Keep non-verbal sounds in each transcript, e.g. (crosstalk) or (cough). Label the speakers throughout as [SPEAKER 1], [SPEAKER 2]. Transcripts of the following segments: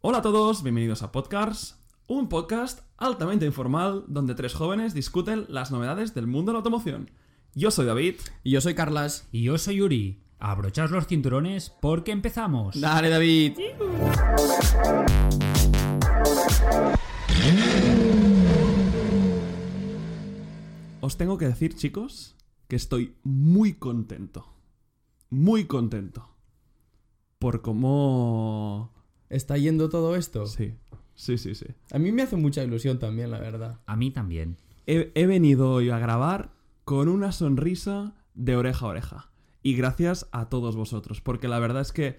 [SPEAKER 1] Hola a todos, bienvenidos a Podcasts, un podcast altamente informal donde tres jóvenes discuten las novedades del mundo de la automoción. Yo soy David.
[SPEAKER 2] Y yo soy Carlas.
[SPEAKER 3] Y yo soy Yuri. Abrochaos los cinturones porque empezamos.
[SPEAKER 2] Dale, David.
[SPEAKER 1] Os tengo que decir, chicos, que estoy muy contento. Muy contento. Por cómo...
[SPEAKER 2] ¿Está yendo todo esto?
[SPEAKER 1] Sí, sí, sí, sí.
[SPEAKER 2] A mí me hace mucha ilusión también, la verdad.
[SPEAKER 3] A mí también.
[SPEAKER 1] He, he venido hoy a grabar con una sonrisa de oreja a oreja. Y gracias a todos vosotros, porque la verdad es que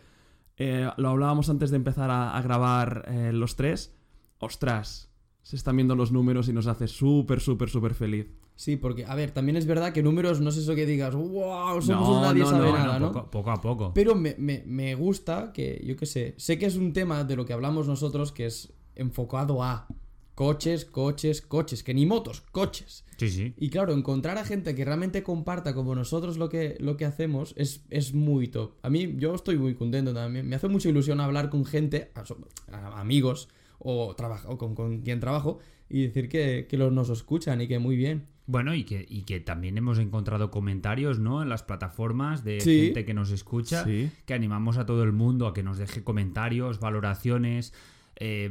[SPEAKER 1] eh, lo hablábamos antes de empezar a, a grabar eh, los tres. Ostras, se están viendo los números y nos hace súper, súper, súper feliz.
[SPEAKER 2] Sí, porque, a ver, también es verdad que números no es eso que digas, wow, somos
[SPEAKER 1] No,
[SPEAKER 2] un nadie
[SPEAKER 1] no,
[SPEAKER 2] sabe
[SPEAKER 1] no,
[SPEAKER 2] nada, ¿no?
[SPEAKER 3] Poco, poco a poco.
[SPEAKER 2] Pero me, me- me gusta que, yo qué sé, sé que es un tema de lo que hablamos nosotros que es enfocado a coches, coches, coches, que ni motos, coches.
[SPEAKER 3] Sí, sí.
[SPEAKER 2] Y claro, encontrar a gente que realmente comparta como nosotros lo que, lo que hacemos es, es muy top. A mí, yo estoy muy contento también. Me hace mucha ilusión hablar con gente, a so- a- amigos o, trabaja- o con, con quien trabajo, y decir que, que los nos escuchan y que muy bien.
[SPEAKER 3] Bueno, y que, y que también hemos encontrado comentarios, ¿no? En las plataformas de
[SPEAKER 2] Sí.
[SPEAKER 3] gente que nos escucha.
[SPEAKER 1] Sí.
[SPEAKER 3] Que animamos a todo el mundo a que nos deje comentarios, valoraciones, eh,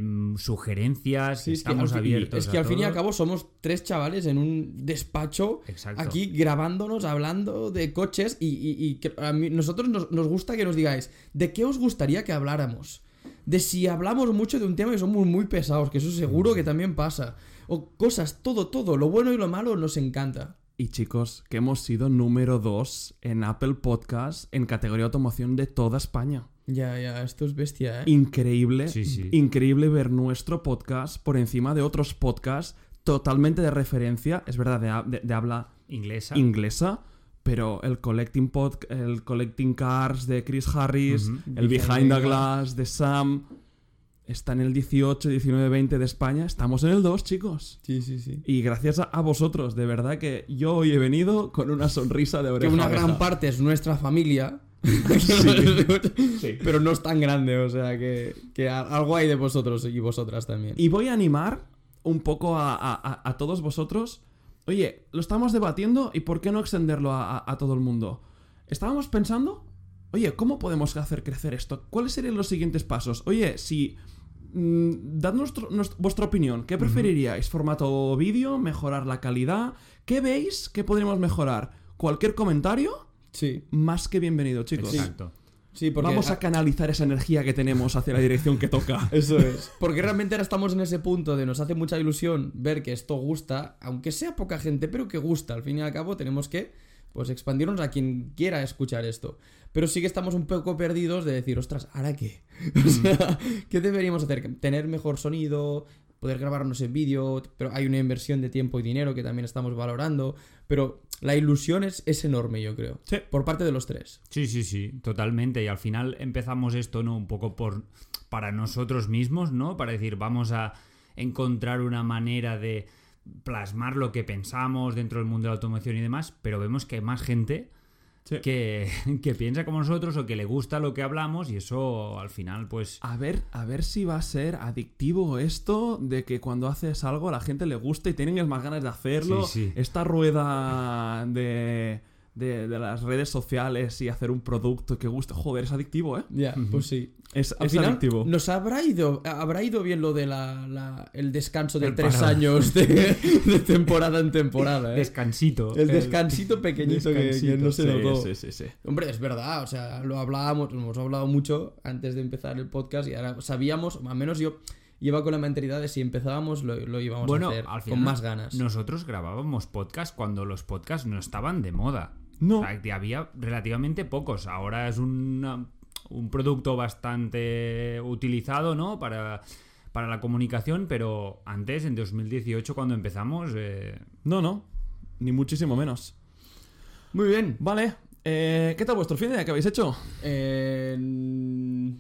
[SPEAKER 3] sugerencias.
[SPEAKER 2] Sí, es que
[SPEAKER 3] estamos
[SPEAKER 2] al fin- y-
[SPEAKER 3] abiertos.
[SPEAKER 2] es que
[SPEAKER 3] a
[SPEAKER 2] al fin y
[SPEAKER 3] todo.
[SPEAKER 2] al cabo somos tres chavales en un despacho
[SPEAKER 3] Exacto.
[SPEAKER 2] aquí grabándonos, hablando de coches y, y- y que a mí- nosotros nos, nos gusta que nos digáis de qué os gustaría que habláramos. De si hablamos mucho de un tema y somos muy pesados, que eso seguro que también pasa. O cosas, todo, todo, lo bueno y lo malo nos encanta.
[SPEAKER 1] Y chicos, que hemos sido número 2 en Apple Podcast en categoría automoción de toda España.
[SPEAKER 2] Ya, ya, esto es bestia, ¿eh?
[SPEAKER 1] Increíble,
[SPEAKER 3] Sí, sí.
[SPEAKER 1] increíble ver nuestro podcast por encima de otros podcasts totalmente de referencia, es verdad, de, ha- de- de habla
[SPEAKER 3] Inglesa.
[SPEAKER 1] inglesa, pero el Collecting, Pod, el Collecting Cars de Chris Harris,
[SPEAKER 3] Ujú.
[SPEAKER 1] el
[SPEAKER 2] Behind
[SPEAKER 1] Behind the
[SPEAKER 2] the
[SPEAKER 1] Glass de Sam, está en el 18, 19, 20 de España, estamos en el 2, chicos.
[SPEAKER 2] Sí, sí, sí.
[SPEAKER 1] Y gracias a, a vosotros, de verdad que yo hoy he venido con una sonrisa de
[SPEAKER 2] Que
[SPEAKER 1] oreja.
[SPEAKER 2] una
[SPEAKER 1] a oreja.
[SPEAKER 2] gran parte es nuestra familia. (laughs) Pero no es tan grande, o sea que, que a- algo hay de vosotros y vosotras también.
[SPEAKER 1] Y voy a animar un poco a, a- a- a todos vosotros. Oye, lo estamos debatiendo y ¿por qué no extenderlo a, a- a todo el mundo? Estábamos pensando, oye, ¿cómo podemos hacer crecer esto? ¿Cuáles serían los siguientes pasos? Oye, si... mm, dad nuestro- nuestro- vuestra opinión. ¿Qué preferiríais? ¿Formato vídeo? ¿Mejorar la calidad? ¿Qué veis que podríamos mejorar? Cualquier comentario,
[SPEAKER 2] Sí,
[SPEAKER 1] más que bienvenido, chicos.
[SPEAKER 3] Exacto.
[SPEAKER 2] sí, porque
[SPEAKER 1] Vamos a canalizar esa energía que tenemos hacia la dirección que
[SPEAKER 2] (laughs)
[SPEAKER 1] toca.
[SPEAKER 2] Eso es. Porque realmente ahora estamos en ese punto de nos hace mucha ilusión ver que esto gusta, aunque sea poca gente, pero que gusta. Al fin y al cabo tenemos que pues expandirnos a quien quiera escuchar esto. Pero sí que estamos un poco perdidos de decir, ostras, ¿ahora qué? (laughs) O sea, ¿qué deberíamos hacer? ¿Tener mejor sonido? ¿Poder grabarnos en vídeo? Pero hay una inversión de tiempo y dinero que también estamos valorando. Pero la ilusión es, es enorme, yo creo.
[SPEAKER 1] Sí.
[SPEAKER 2] Por parte de los tres.
[SPEAKER 3] Sí, sí, sí, totalmente. Y al final empezamos esto, ¿no? Un poco por para nosotros mismos, ¿no? Para decir, vamos a encontrar una manera de plasmar lo que pensamos dentro del mundo de la automoción y demás, pero vemos que hay más gente
[SPEAKER 1] Sí.
[SPEAKER 3] que, (laughs) que piensa como nosotros o que le gusta lo que hablamos y eso al final pues...
[SPEAKER 1] A ver, a ver si va a ser adictivo esto de que cuando haces algo a la gente le gusta y tienen más ganas de hacerlo.
[SPEAKER 3] Sí, sí.
[SPEAKER 1] Esta rueda de, de, de las redes sociales y hacer un producto que guste. Joder, es adictivo, ¿eh?
[SPEAKER 2] Ya, pues sí.
[SPEAKER 1] Es,
[SPEAKER 2] Al
[SPEAKER 1] es
[SPEAKER 2] final,
[SPEAKER 1] adictivo.
[SPEAKER 2] nos habrá ido, habrá ido bien lo de la, la- el descanso de
[SPEAKER 3] El
[SPEAKER 2] tres
[SPEAKER 3] parado.
[SPEAKER 2] años de, de temporada en temporada, ¿eh?
[SPEAKER 3] Descansito. eh,
[SPEAKER 2] el descansito pequeñito que- que, no se
[SPEAKER 1] sí,
[SPEAKER 2] notó.
[SPEAKER 1] Sí, sí, sí.
[SPEAKER 2] Hombre, es verdad, o sea, lo hablábamos, hemos hablado mucho antes de empezar el podcast y ahora sabíamos, al menos yo lleva con la mentalidad de si empezábamos lo, lo íbamos
[SPEAKER 3] Bueno,
[SPEAKER 2] a hacer
[SPEAKER 3] al final
[SPEAKER 2] con más ganas.
[SPEAKER 3] Nosotros grabábamos podcast cuando los podcasts no estaban de moda.
[SPEAKER 1] No.
[SPEAKER 3] O sea, que había relativamente pocos. Ahora es una- un producto bastante utilizado, ¿no? Para, para la comunicación, pero antes, en 2018, cuando empezamos, eh,
[SPEAKER 1] No, no. Ni muchísimo menos.
[SPEAKER 2] Muy bien.
[SPEAKER 1] Vale. eh, ¿Qué tal vuestro fin de día que habéis hecho?
[SPEAKER 2] Eh,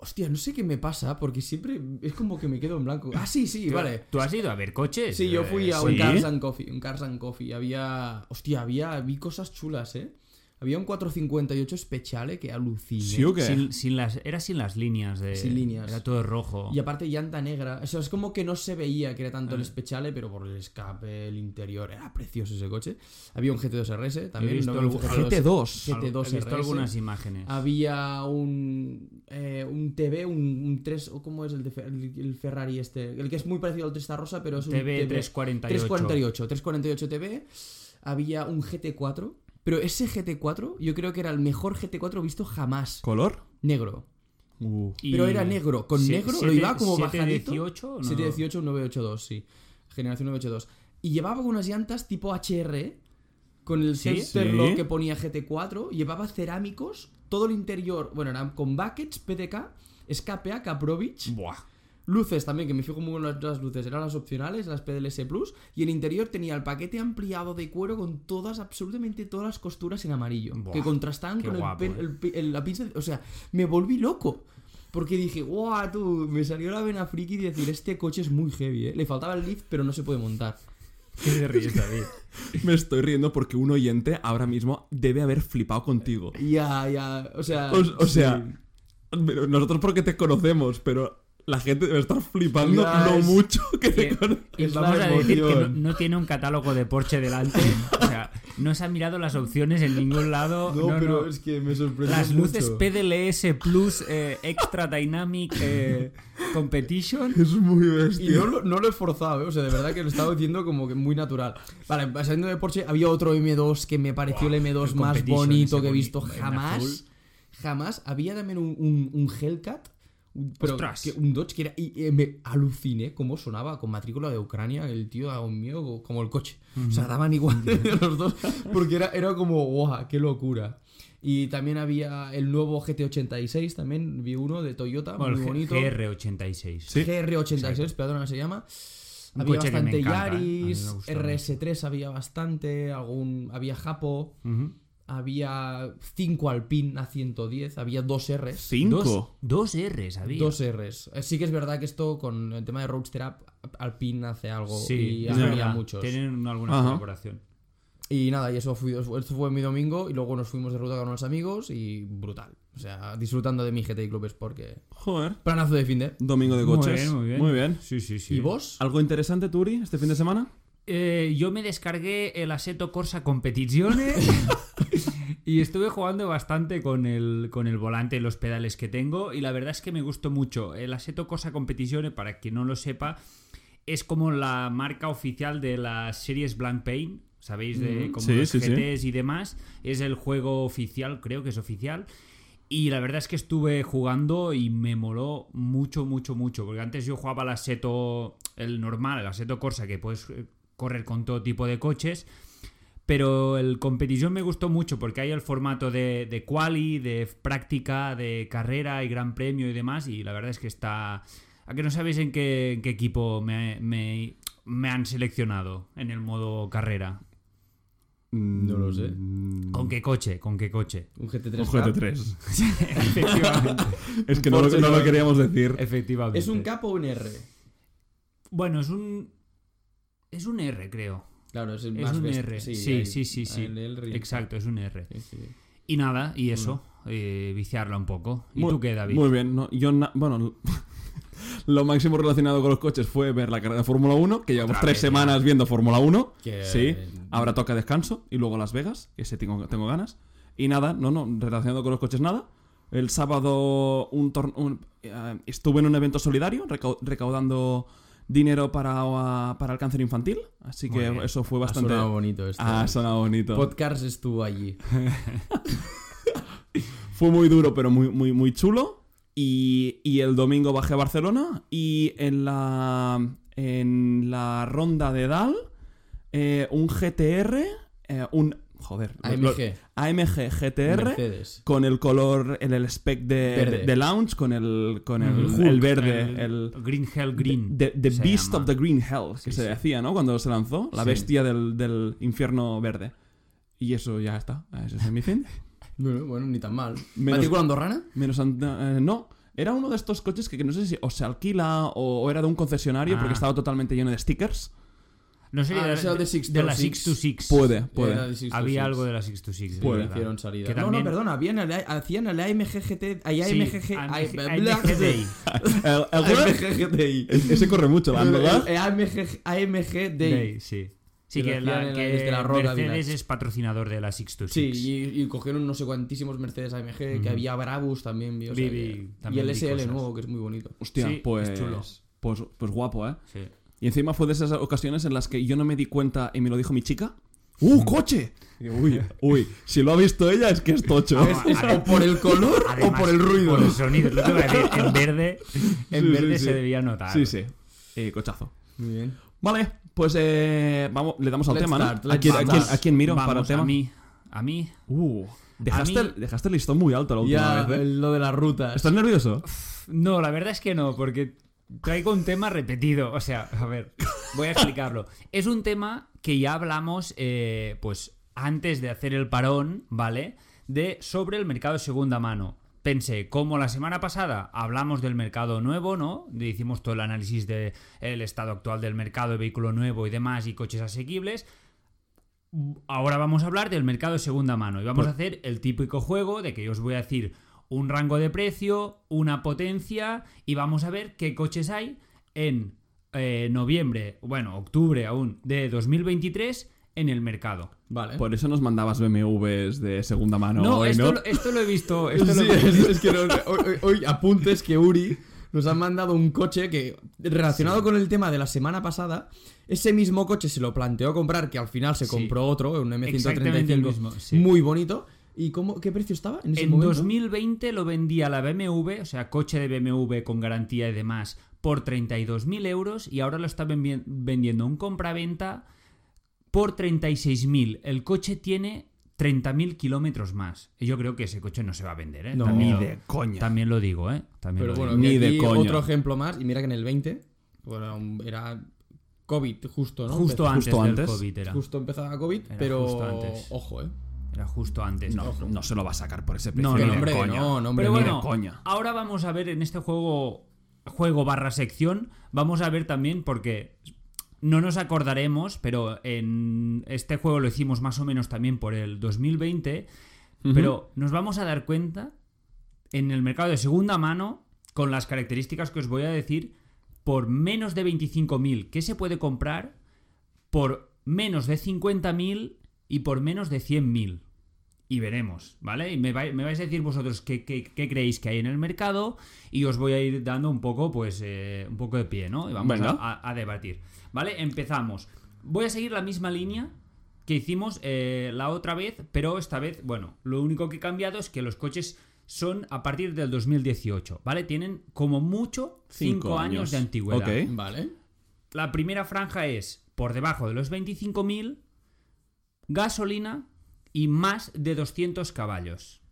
[SPEAKER 2] Hostia, no sé qué me pasa porque siempre es como que me quedo en blanco. Ah, sí, sí, vale.
[SPEAKER 3] ¿Tú has ido a ver coches?
[SPEAKER 2] Sí, yo fui
[SPEAKER 3] Eh,
[SPEAKER 2] a
[SPEAKER 3] sí.
[SPEAKER 2] un Cars and Coffee, un Cars and Coffee. Había, hostia, había, vi cosas chulas, ¿eh? Había un 458 Speciale que aluciné.
[SPEAKER 1] Sí, ¿o qué?
[SPEAKER 3] Sin, sin las, era sin las líneas de.
[SPEAKER 2] Sin líneas.
[SPEAKER 3] Era todo rojo.
[SPEAKER 2] Y aparte llanta negra. O sea, es como que no se veía que era tanto
[SPEAKER 3] Eh.
[SPEAKER 2] el Speciale, pero por el escape, el interior, era precioso ese coche. Había un GT2 RS también.
[SPEAKER 3] He visto
[SPEAKER 2] no me
[SPEAKER 3] algún-
[SPEAKER 2] gusta, pero es-
[SPEAKER 1] GT2.
[SPEAKER 3] Al-
[SPEAKER 2] GT2
[SPEAKER 3] He visto
[SPEAKER 2] RS.
[SPEAKER 3] algunas imágenes.
[SPEAKER 2] Ah, Había un, eh, un TB, un, 3, o ¿cómo es el, de Fe- el, el Ferrari este? El que es muy parecido al Testarossa, pero es un
[SPEAKER 3] TV 348.
[SPEAKER 2] 348, 348 TB. Había un GT4, pero ese GT4 yo creo que era el mejor GT4 visto jamás.
[SPEAKER 1] ¿Color?
[SPEAKER 2] Negro.
[SPEAKER 1] Uh.
[SPEAKER 3] Y-
[SPEAKER 2] Pero era negro, con
[SPEAKER 3] Sie-
[SPEAKER 2] negro, lo
[SPEAKER 3] siete-
[SPEAKER 2] iba como
[SPEAKER 3] siete
[SPEAKER 2] bajadito.
[SPEAKER 3] 18, Oh, no.
[SPEAKER 2] 718 982, sí. Generación 982. Y llevaba unas llantas tipo HR con el
[SPEAKER 3] ¿Sí?
[SPEAKER 2] Centerlock
[SPEAKER 1] Sí.
[SPEAKER 2] que ponía GT4. Llevaba cerámicos, todo el interior. Bueno, eran con buckets, PDK, escape a Kaprovich.
[SPEAKER 3] Buah.
[SPEAKER 2] Luces también, que me fijo muy en las, las luces, eran las opcionales, las PDLS Plus. Y el interior tenía el paquete ampliado de cuero con todas, absolutamente todas las costuras en amarillo.
[SPEAKER 3] Buah,
[SPEAKER 2] que contrastaban
[SPEAKER 3] qué
[SPEAKER 2] con el
[SPEAKER 3] guapo,
[SPEAKER 2] pel-
[SPEAKER 3] eh.
[SPEAKER 2] el pi- el- la pincel. O sea, me volví loco. Porque dije, guau, tú, me salió la vena friki de decir, este coche es muy heavy, ¿eh? Le faltaba el lift, pero no se puede montar.
[SPEAKER 3] ¿Qué te ríes, (laughs) David?
[SPEAKER 1] Me estoy riendo porque un oyente ahora mismo debe haber flipado contigo.
[SPEAKER 2] Ya, ya, o sea...
[SPEAKER 1] O, o sea,
[SPEAKER 2] sí.
[SPEAKER 1] pero nosotros porque te conocemos, pero la gente debe estar flipando
[SPEAKER 2] Ya,
[SPEAKER 1] lo
[SPEAKER 2] es-
[SPEAKER 1] mucho que
[SPEAKER 3] que-
[SPEAKER 1] te conoce.
[SPEAKER 3] Y
[SPEAKER 2] Es la
[SPEAKER 3] vamos a decir que no,
[SPEAKER 2] emoción.
[SPEAKER 3] no tiene un catálogo de Porsche delante. O sea, no se han mirado las opciones en ningún lado.
[SPEAKER 2] No,
[SPEAKER 3] no,
[SPEAKER 2] pero
[SPEAKER 3] no.
[SPEAKER 2] es que me sorprendió
[SPEAKER 3] Las luces
[SPEAKER 2] mucho.
[SPEAKER 3] PDLS Plus eh, Extra Dynamic
[SPEAKER 2] (laughs)
[SPEAKER 3] eh, Competition.
[SPEAKER 1] Es muy
[SPEAKER 2] Y
[SPEAKER 1] bestia.
[SPEAKER 2] no lo, no lo he forzado, ¿eh? o sea, de verdad que lo estaba diciendo como que muy natural. Vale, saliendo de Porsche, había otro M2 que me pareció el M2
[SPEAKER 3] el
[SPEAKER 2] más
[SPEAKER 3] Competition,
[SPEAKER 2] bonito
[SPEAKER 3] ese
[SPEAKER 2] que he
[SPEAKER 3] boni-
[SPEAKER 2] visto
[SPEAKER 3] en azul.
[SPEAKER 2] jamás. Jamás. Había también un, un- un Hellcat. un- Pero
[SPEAKER 3] Ostras.
[SPEAKER 2] que- un Dodge que era. Y eh, me aluciné cómo sonaba con matrícula de Ucrania. El tío, a un mío, como el coche. O sea, daban igual (laughs) los dos. Porque era, era como, ¡guau! ¡Qué locura! Y también había el nuevo GT86, también vi uno de Toyota,
[SPEAKER 3] Bueno,
[SPEAKER 2] muy
[SPEAKER 3] el
[SPEAKER 2] bonito.
[SPEAKER 3] GR86.
[SPEAKER 1] Sí.
[SPEAKER 2] GR86, perdona, se llama.
[SPEAKER 3] Un
[SPEAKER 2] había
[SPEAKER 3] coche que me
[SPEAKER 2] bastante
[SPEAKER 3] encanta, ¿eh?
[SPEAKER 2] Yaris,
[SPEAKER 3] A mí me gusta
[SPEAKER 2] RS3 había bastante, algún había Japo,
[SPEAKER 3] Ujú.
[SPEAKER 2] había 5 Alpine A110, había dos Rs.
[SPEAKER 3] Dos,
[SPEAKER 1] Cinco.
[SPEAKER 3] dos R's había.
[SPEAKER 2] Dos Rs. Eh, Sí que es verdad que esto con el tema de Roadster Up, Alpine hace algo
[SPEAKER 3] Oh, Sí,
[SPEAKER 2] y
[SPEAKER 3] es
[SPEAKER 2] había
[SPEAKER 3] verdad.
[SPEAKER 2] muchos.
[SPEAKER 3] Tienen alguna
[SPEAKER 1] Ajá.
[SPEAKER 3] colaboración.
[SPEAKER 2] Y nada, y eso fui, eso fue mi domingo y luego nos fuimos de ruta con unos amigos y brutal. O sea, disfrutando de mi GTI Club Sport que...
[SPEAKER 1] Joder.
[SPEAKER 2] Planazo de fin de...
[SPEAKER 1] Domingo de
[SPEAKER 3] Muy
[SPEAKER 1] coches.
[SPEAKER 3] bien, muy bien.
[SPEAKER 1] Muy bien.
[SPEAKER 3] Sí, sí, sí.
[SPEAKER 2] ¿Y vos?
[SPEAKER 1] ¿Algo interesante, Turi, este fin de semana?
[SPEAKER 3] Eh, yo me descargué el Aseto Corsa Competizione
[SPEAKER 2] (laughs)
[SPEAKER 3] y estuve jugando bastante con el, con el volante y los pedales que tengo y la verdad es que me gustó mucho. El Aseto Corsa Competizione, para quien no lo sepa, es como la marca oficial de las series Blank Pain, ¿sabéis? De
[SPEAKER 1] Mm.
[SPEAKER 3] como
[SPEAKER 1] Sí,
[SPEAKER 3] los
[SPEAKER 1] sí, sí.
[SPEAKER 3] GTs y demás. Es el juego oficial, creo que es oficial. Y la verdad es que estuve jugando y me moló mucho, mucho, mucho. Porque antes yo jugaba el Aseto, el normal, el Aseto Corsa, que puedes eh, correr con todo tipo de coches. Pero el competición me gustó mucho porque hay el formato de, de quali, de práctica, de carrera y gran premio y demás. Y la verdad es que está. A que no sabéis en qué, en qué equipo me, me- me han seleccionado en el modo carrera.
[SPEAKER 1] No
[SPEAKER 2] lo sé.
[SPEAKER 3] Mm, ¿Con qué coche? ¿Con qué coche? (laughs)
[SPEAKER 2] Un GT3.
[SPEAKER 1] Un
[SPEAKER 2] Cup.
[SPEAKER 1] GT3.
[SPEAKER 3] Efectivamente.
[SPEAKER 1] Es que no, lo-
[SPEAKER 2] Porsche
[SPEAKER 1] no lo
[SPEAKER 2] nueve.
[SPEAKER 1] queríamos decir.
[SPEAKER 3] Efectivamente.
[SPEAKER 2] ¿Es un cap o un R?
[SPEAKER 3] Bueno, es un. Es un R, creo.
[SPEAKER 2] Claro, es,
[SPEAKER 3] Es
[SPEAKER 2] más
[SPEAKER 3] un
[SPEAKER 2] best-
[SPEAKER 3] R. Sí,
[SPEAKER 2] ahí,
[SPEAKER 3] sí, sí, sí.
[SPEAKER 2] en el ring.
[SPEAKER 3] Exacto, es un R.
[SPEAKER 2] Sí, sí.
[SPEAKER 3] Y nada, y eso, eh, viciarla un poco. ¿Y
[SPEAKER 1] Muy-
[SPEAKER 3] tú qué, David?
[SPEAKER 1] Muy bien. no, yo, na- bueno, (laughs) lo máximo relacionado con los coches fue ver la carrera de Fórmula 1, que llevamos
[SPEAKER 3] Otra
[SPEAKER 1] tres
[SPEAKER 3] vez, ya.
[SPEAKER 1] semanas viendo Fórmula 1.
[SPEAKER 2] Que-
[SPEAKER 1] Sí. Ah, Ahora toca descanso y luego Las Vegas, que ese tengo, tengo ganas. Y nada, no, no, relacionado con los coches nada. El sábado un tor- un, eh, estuve en un evento solidario recau- recaudando dinero para, uh, para el cáncer infantil. Así
[SPEAKER 3] Muy
[SPEAKER 1] que
[SPEAKER 3] bien.
[SPEAKER 1] eso fue
[SPEAKER 2] Ha
[SPEAKER 1] bastante...
[SPEAKER 2] sonado bonito esto. ¿eh?
[SPEAKER 1] Ah, ha sonado bonito.
[SPEAKER 2] Podcast estuvo allí.
[SPEAKER 1] (laughs) Fue muy duro, pero muy, muy, muy chulo. Y, y el domingo bajé a Barcelona y en la, en la ronda de DAL, eh, un GTR, eh, un... Joder, lo- lo-
[SPEAKER 2] AMG.
[SPEAKER 1] AMG GTR
[SPEAKER 2] Mercedes.
[SPEAKER 1] con el color, el, el spec de,
[SPEAKER 2] Verde.
[SPEAKER 1] de, de lounge, con el, con el,
[SPEAKER 3] Mm-hmm. Hulk,
[SPEAKER 1] el verde, el,
[SPEAKER 3] Green Hell Green.
[SPEAKER 1] The, the
[SPEAKER 3] se
[SPEAKER 1] Beast
[SPEAKER 3] llama.
[SPEAKER 1] of the Green Hell, que
[SPEAKER 3] Sí,
[SPEAKER 1] se
[SPEAKER 3] sí.
[SPEAKER 1] decía, ¿no? Cuando se lanzó, la
[SPEAKER 2] Sí.
[SPEAKER 1] bestia del, del infierno verde. Y eso ya está, ese es mi
[SPEAKER 3] (laughs)
[SPEAKER 1] fin.
[SPEAKER 2] Bueno, bueno, ni tan mal.
[SPEAKER 1] Menos-
[SPEAKER 2] ¿Matrícula andorrana?
[SPEAKER 1] Menos ant- eh, no, era uno de estos coches que, que no sé si o se alquila o, o era de un concesionario
[SPEAKER 3] Ah.
[SPEAKER 1] porque estaba totalmente lleno de stickers.
[SPEAKER 3] No sería
[SPEAKER 2] Ah,
[SPEAKER 3] de,
[SPEAKER 2] no sea de Six
[SPEAKER 3] de
[SPEAKER 2] to
[SPEAKER 3] la
[SPEAKER 2] Six.
[SPEAKER 3] Six to Six.
[SPEAKER 1] Puede,
[SPEAKER 2] Era
[SPEAKER 1] puede.
[SPEAKER 2] de Six to
[SPEAKER 3] Había
[SPEAKER 2] Six.
[SPEAKER 3] algo de la Six to Six. es
[SPEAKER 1] Puede.
[SPEAKER 3] verdad.
[SPEAKER 2] Hicieron salida.
[SPEAKER 3] Que
[SPEAKER 2] No, no,
[SPEAKER 3] también-
[SPEAKER 2] perdona, habían el, hacían el AMGGT. Ahí
[SPEAKER 3] Sí,
[SPEAKER 2] AMGG.
[SPEAKER 3] AMG,
[SPEAKER 2] ay,
[SPEAKER 3] (laughs)
[SPEAKER 2] bla-
[SPEAKER 3] AMGDI.
[SPEAKER 1] (laughs) El-
[SPEAKER 3] (laughs)
[SPEAKER 1] el-
[SPEAKER 2] (laughs)
[SPEAKER 1] e,
[SPEAKER 2] AMGGTI.
[SPEAKER 1] Ese corre mucho, la verdad.
[SPEAKER 2] (laughs) El AMG AMG Day.
[SPEAKER 3] Day, sí. Sí,
[SPEAKER 2] Que lo
[SPEAKER 3] que, la-
[SPEAKER 2] hacían en la-
[SPEAKER 3] que
[SPEAKER 2] desde la Roca
[SPEAKER 3] Mercedes
[SPEAKER 2] Village.
[SPEAKER 3] es patrocinador de la Six to
[SPEAKER 2] Sí,
[SPEAKER 3] Six.
[SPEAKER 2] y, y cogieron no sé cuantísimos Mercedes AMG, que
[SPEAKER 3] Ujú.
[SPEAKER 2] había Brabus también, vi, o sea
[SPEAKER 3] Vi-
[SPEAKER 2] que-
[SPEAKER 3] vi,
[SPEAKER 2] y
[SPEAKER 3] también
[SPEAKER 2] el
[SPEAKER 3] vi
[SPEAKER 2] SL
[SPEAKER 3] cosas.
[SPEAKER 2] nuevo, que es muy bonito.
[SPEAKER 1] Hostia,
[SPEAKER 3] Sí, es
[SPEAKER 1] pues,
[SPEAKER 3] chulo.
[SPEAKER 1] pues. Pues guapo, ¿eh?
[SPEAKER 3] Sí.
[SPEAKER 1] Y encima fue de esas ocasiones en las que yo no me di cuenta y me lo dijo mi chica. ¡Uh, coche! Y Uy, uy, si lo ha visto ella es que es tocho.
[SPEAKER 3] Ah,
[SPEAKER 1] (laughs)
[SPEAKER 3] adem-
[SPEAKER 2] o por el color o
[SPEAKER 3] además,
[SPEAKER 2] por el ruido.
[SPEAKER 3] Por el sonido, es lo que iba a decir. En verde, en
[SPEAKER 1] (laughs) Sí,
[SPEAKER 3] verde
[SPEAKER 1] sí,
[SPEAKER 3] se
[SPEAKER 1] sí.
[SPEAKER 3] debía notar.
[SPEAKER 1] Sí, sí. Eh, cochazo.
[SPEAKER 2] Muy bien.
[SPEAKER 1] Vale, pues eh, vamos, le damos al
[SPEAKER 2] Let's
[SPEAKER 1] tema, ¿no?
[SPEAKER 2] start,
[SPEAKER 1] ¿A,
[SPEAKER 2] let's
[SPEAKER 1] quién, a
[SPEAKER 2] start.
[SPEAKER 1] quién- a quién miro
[SPEAKER 3] Vamos,
[SPEAKER 1] para el tema?
[SPEAKER 3] A mí, a mí,
[SPEAKER 1] Uh, dejaste,
[SPEAKER 3] A mí-
[SPEAKER 1] el- dejaste el listón muy alto la última
[SPEAKER 2] Ya,
[SPEAKER 1] vez, ¿eh?
[SPEAKER 2] lo de las rutas.
[SPEAKER 1] ¿Estás nervioso?
[SPEAKER 3] No, la verdad es que no, porque traigo un tema repetido. O sea, a ver, voy a explicarlo. Es un tema que ya hablamos, eh, pues, antes de hacer el parón, ¿vale? De sobre el mercado de segunda mano. Pensé, como la semana pasada hablamos del mercado nuevo, ¿no? De- Hicimos todo el análisis del estado actual del mercado de vehículo nuevo y demás y coches asequibles. Ahora vamos a hablar del mercado de segunda mano y vamos a hacer el típico juego de que yo os voy a decir un rango de precio, una potencia y vamos a ver qué coches hay en eh, noviembre, bueno, octubre aún, de 2023 en el mercado.
[SPEAKER 2] Vale.
[SPEAKER 1] Eh. Por eso nos mandabas BMWs de segunda mano
[SPEAKER 3] No,
[SPEAKER 1] hoy,
[SPEAKER 3] esto,
[SPEAKER 1] ¿no?
[SPEAKER 3] Lo, esto lo he visto. Esto
[SPEAKER 2] Sí,
[SPEAKER 3] lo he
[SPEAKER 2] es, es que no- hoy, hoy- hoy apuntes que Uri nos ha mandado un coche que, relacionado con el tema de la semana pasada, ese mismo coche se lo planteó comprar, que al final se
[SPEAKER 3] Sí.
[SPEAKER 2] compró otro, un
[SPEAKER 3] Exactamente el
[SPEAKER 2] M135
[SPEAKER 3] mismo, sí.
[SPEAKER 2] muy bonito. ¿Y cómo, qué precio estaba en ese
[SPEAKER 3] En
[SPEAKER 2] momento?
[SPEAKER 3] 2020 lo vendía la BMW, o sea, coche de BMW con garantía y demás, por 32.000 euros y ahora lo está vendi- vendiendo un compraventa por 36.000. El coche tiene 30.000 kilómetros más. Y Yo creo que ese coche no se va a vender, ¿eh?
[SPEAKER 2] No,
[SPEAKER 3] también,
[SPEAKER 2] ni
[SPEAKER 3] lo-
[SPEAKER 1] de coña.
[SPEAKER 3] También lo digo, ¿eh? También
[SPEAKER 2] Pero
[SPEAKER 3] lo
[SPEAKER 2] bueno,
[SPEAKER 3] digo.
[SPEAKER 1] Ni
[SPEAKER 2] ni
[SPEAKER 1] de coña.
[SPEAKER 2] otro ejemplo más, y mira que en el 20 bueno, era un- era COVID justo, ¿no?
[SPEAKER 3] Justo
[SPEAKER 2] Empezó-
[SPEAKER 3] antes
[SPEAKER 1] justo
[SPEAKER 3] del
[SPEAKER 1] antes.
[SPEAKER 3] COVID era.
[SPEAKER 2] justo empezaba COVID,
[SPEAKER 3] Era
[SPEAKER 2] pero
[SPEAKER 3] justo antes.
[SPEAKER 2] ojo, ¿eh?
[SPEAKER 3] Era justo antes.
[SPEAKER 1] No, no se lo va a sacar por ese precio.
[SPEAKER 3] No,
[SPEAKER 1] ni
[SPEAKER 3] no,
[SPEAKER 1] de
[SPEAKER 2] hombre,
[SPEAKER 1] coña.
[SPEAKER 2] no, no, hombre,
[SPEAKER 3] Pero
[SPEAKER 2] ni
[SPEAKER 3] bueno,
[SPEAKER 1] de coña.
[SPEAKER 3] ahora vamos a ver en este juego, juego barra sección, vamos a ver también porque no nos acordaremos, pero en este juego lo hicimos más o menos también por el 2020, pero nos vamos a dar cuenta en el mercado de segunda mano, con las características que os voy a decir, por menos de 25.000, ¿qué se puede comprar? Por menos de 50.000 y por menos de 100.000. Y veremos, ¿vale? Y me, vai- me vais a decir vosotros qué, qué- qué creéis que hay en el mercado y os voy a ir dando un poco, pues, eh, un poco de pie, ¿no? Y vamos a,
[SPEAKER 1] Venga.
[SPEAKER 3] a- a debatir, ¿vale? Empezamos. Voy a seguir la misma línea que hicimos eh, la otra vez, pero esta vez, bueno, lo único que he cambiado es que los coches son a partir del 2018, ¿vale? Tienen como mucho 5
[SPEAKER 1] Cinco
[SPEAKER 3] años.
[SPEAKER 1] años.
[SPEAKER 3] de antigüedad.
[SPEAKER 1] Ok.
[SPEAKER 2] Vale.
[SPEAKER 3] La primera franja es por debajo de los 25.000, gasolina y más de 200 caballos.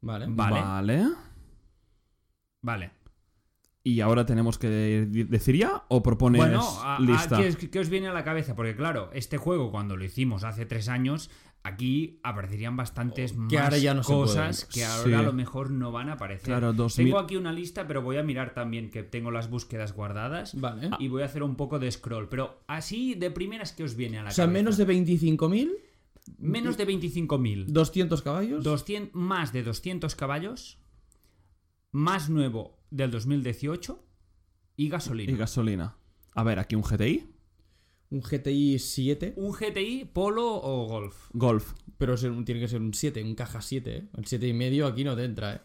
[SPEAKER 2] Vale.
[SPEAKER 3] Vale.
[SPEAKER 1] Vale.
[SPEAKER 3] Vale.
[SPEAKER 1] ¿Y ahora tenemos que de- decir ya o propones
[SPEAKER 3] Bueno, a- a-
[SPEAKER 1] lista?
[SPEAKER 3] ¿qué, os- qué os viene a la cabeza? Porque claro, este juego cuando lo hicimos hace tres años, aquí aparecerían bastantes
[SPEAKER 2] Oh, Que
[SPEAKER 3] más
[SPEAKER 2] ahora ya no se
[SPEAKER 3] cosas que ahora
[SPEAKER 1] Sí.
[SPEAKER 3] a lo mejor no van a aparecer.
[SPEAKER 1] Claro, 2000.
[SPEAKER 3] Tengo aquí una lista, pero voy a mirar también que tengo las búsquedas guardadas
[SPEAKER 2] Vale.
[SPEAKER 1] Ah.
[SPEAKER 3] y voy a hacer un poco de scroll. Pero así de primeras que os viene a la
[SPEAKER 2] o sea,
[SPEAKER 3] cabeza.
[SPEAKER 2] menos de 25.000,
[SPEAKER 3] menos de 25.000.
[SPEAKER 2] 200 caballos.
[SPEAKER 3] 200 más de 200 caballos, más nuevo del 2018 y gasolina.
[SPEAKER 1] Y gasolina. A ver, aquí un GTI.
[SPEAKER 2] Un GTI 7.
[SPEAKER 3] un GTI, Polo o Golf.
[SPEAKER 1] Golf.
[SPEAKER 2] Pero ser un- tiene que ser un 7, un caja 7, ¿eh? El 7 y medio aquí no te entra, ¿eh?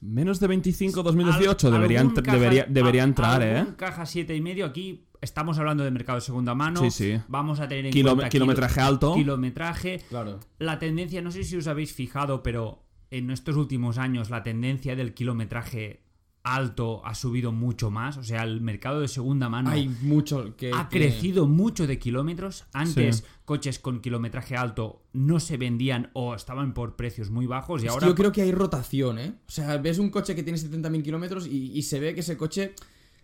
[SPEAKER 1] Menos de 25 2018
[SPEAKER 3] Al-
[SPEAKER 1] debería,
[SPEAKER 3] algún
[SPEAKER 1] entr-
[SPEAKER 3] caja-
[SPEAKER 1] debería,
[SPEAKER 3] a-
[SPEAKER 1] debería entrar,
[SPEAKER 3] algún
[SPEAKER 1] ¿eh?
[SPEAKER 3] Caja 7 y medio, aquí estamos hablando de mercado de segunda mano.
[SPEAKER 1] Sí, sí.
[SPEAKER 3] Vamos a tener en
[SPEAKER 1] Kilome-
[SPEAKER 3] cuenta kilo-
[SPEAKER 1] kilometraje alto.
[SPEAKER 3] Kilometraje.
[SPEAKER 2] Claro.
[SPEAKER 3] La tendencia, no sé si os habéis fijado, pero en estos últimos años la tendencia del kilometraje alto ha subido mucho más. O sea, el mercado de segunda mano
[SPEAKER 2] Hay mucho que.
[SPEAKER 3] ha
[SPEAKER 2] tiene-
[SPEAKER 3] crecido mucho de kilómetros. Antes coches con kilometraje alto no se vendían o estaban por precios muy bajos
[SPEAKER 2] Es
[SPEAKER 3] y
[SPEAKER 2] que
[SPEAKER 3] ahora...
[SPEAKER 2] Yo creo que hay rotación, ¿eh? O sea, ves un coche que tiene 70.000 kilómetros y, y se ve que ese coche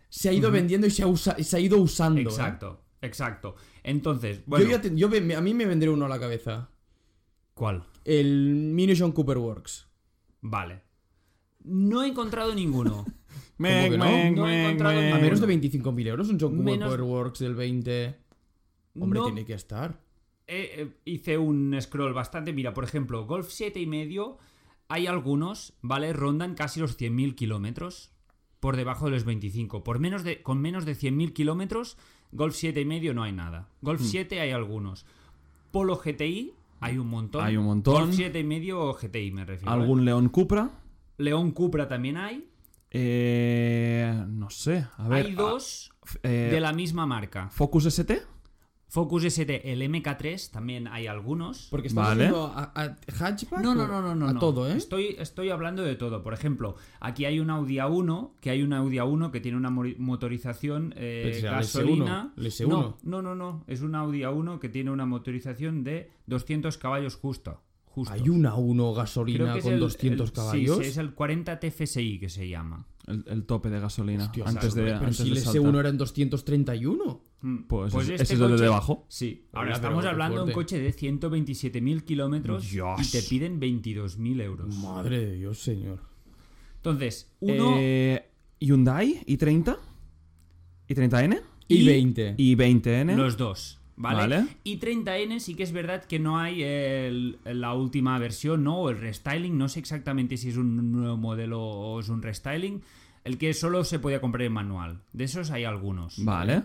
[SPEAKER 2] se ha ido vendiendo y se ha, usa- y se ha ido usando. ¿eh?
[SPEAKER 3] Exacto, exacto. Entonces, bueno,
[SPEAKER 2] Yo ya te- yo ve- a mí me vendré uno a la cabeza.
[SPEAKER 3] ¿cuál?
[SPEAKER 2] El Mini John Cooper Works.
[SPEAKER 3] Vale. No he encontrado ninguno.
[SPEAKER 2] que no?
[SPEAKER 3] No he encontrado
[SPEAKER 2] A
[SPEAKER 3] Eh,
[SPEAKER 2] menos de 25.000 euros, un John Cooper
[SPEAKER 3] menos-
[SPEAKER 2] Works del 20. (laughs) Hombre,
[SPEAKER 3] no-
[SPEAKER 2] tiene que estar.
[SPEAKER 3] eh, eh, hice un scroll bastante. Mira, por ejemplo, Golf 7 y medio, hay algunos, ¿vale? Rondan casi los 100.000 kilómetros por debajo de los 25. Por menos de, con menos de 100.000 kilómetros, Golf 7 y medio no hay nada.
[SPEAKER 1] Hmm.
[SPEAKER 3] Golf 7 hay algunos. Polo GTI hay un montón.
[SPEAKER 1] Hay un montón.
[SPEAKER 3] Golf 7 y medio GTI me refiero. ¿eh?
[SPEAKER 1] ¿Algún León Cupra?
[SPEAKER 3] León Cupra también hay.
[SPEAKER 1] Eh, no sé, a ver.
[SPEAKER 3] hay dos
[SPEAKER 1] ah, f- eh,
[SPEAKER 3] de la misma marca.
[SPEAKER 1] ¿Focus ST?
[SPEAKER 3] Focus ST, el MK3, también hay algunos.
[SPEAKER 2] Porque estamos
[SPEAKER 1] Vale.
[SPEAKER 2] yendo a, a hatchback.
[SPEAKER 3] No,
[SPEAKER 2] o
[SPEAKER 3] no, no, no, no.
[SPEAKER 2] A
[SPEAKER 3] no.
[SPEAKER 2] todo, ¿eh?
[SPEAKER 3] Estoy, estoy hablando de todo. Por ejemplo, aquí hay un Audi A1, que hay un Audi A1 que tiene una mori- motorización eh,
[SPEAKER 2] Pero será el
[SPEAKER 3] gasolina.
[SPEAKER 2] S1, el S1.
[SPEAKER 3] No, no, no, no. Es un Audi A1 que tiene una motorización de 200 caballos justo. justo.
[SPEAKER 2] Hay una 1
[SPEAKER 3] Creo
[SPEAKER 2] gasolina
[SPEAKER 3] que es
[SPEAKER 2] con
[SPEAKER 3] el-
[SPEAKER 2] 200
[SPEAKER 3] el- sí,
[SPEAKER 2] caballos.
[SPEAKER 3] sí, es el 40 TFSI que se llama.
[SPEAKER 1] El, el tope de gasolina.
[SPEAKER 2] Hostia,
[SPEAKER 1] antes de.
[SPEAKER 2] pero
[SPEAKER 1] Antes
[SPEAKER 2] si
[SPEAKER 1] de
[SPEAKER 2] el
[SPEAKER 1] saltar.
[SPEAKER 2] S1 era en 231.
[SPEAKER 3] Mm,
[SPEAKER 1] Pues, ese- ese
[SPEAKER 3] este
[SPEAKER 1] es el de
[SPEAKER 3] coche-
[SPEAKER 1] debajo.
[SPEAKER 3] Sí,
[SPEAKER 2] Hola,
[SPEAKER 3] ahora
[SPEAKER 2] pero
[SPEAKER 3] estamos
[SPEAKER 2] qué
[SPEAKER 3] hablando de un
[SPEAKER 2] fuerte.
[SPEAKER 3] coche de 127.000 kilómetros y
[SPEAKER 1] Dios.
[SPEAKER 3] te piden 22.000 euros.
[SPEAKER 2] Madre de Dios, señor.
[SPEAKER 3] Entonces, uno
[SPEAKER 1] Eh, Hyundai i30 i30N
[SPEAKER 2] Y,
[SPEAKER 3] Y-
[SPEAKER 2] 20.
[SPEAKER 1] y 20N.
[SPEAKER 3] Los dos, ¿vale?
[SPEAKER 1] Vale.
[SPEAKER 3] Y 30N sí que es verdad que no hay el- la última versión, ¿no? O el restyling, no sé exactamente si es un nuevo modelo o es un restyling. El que solo se podía comprar en manual. De esos hay algunos.
[SPEAKER 1] Vale.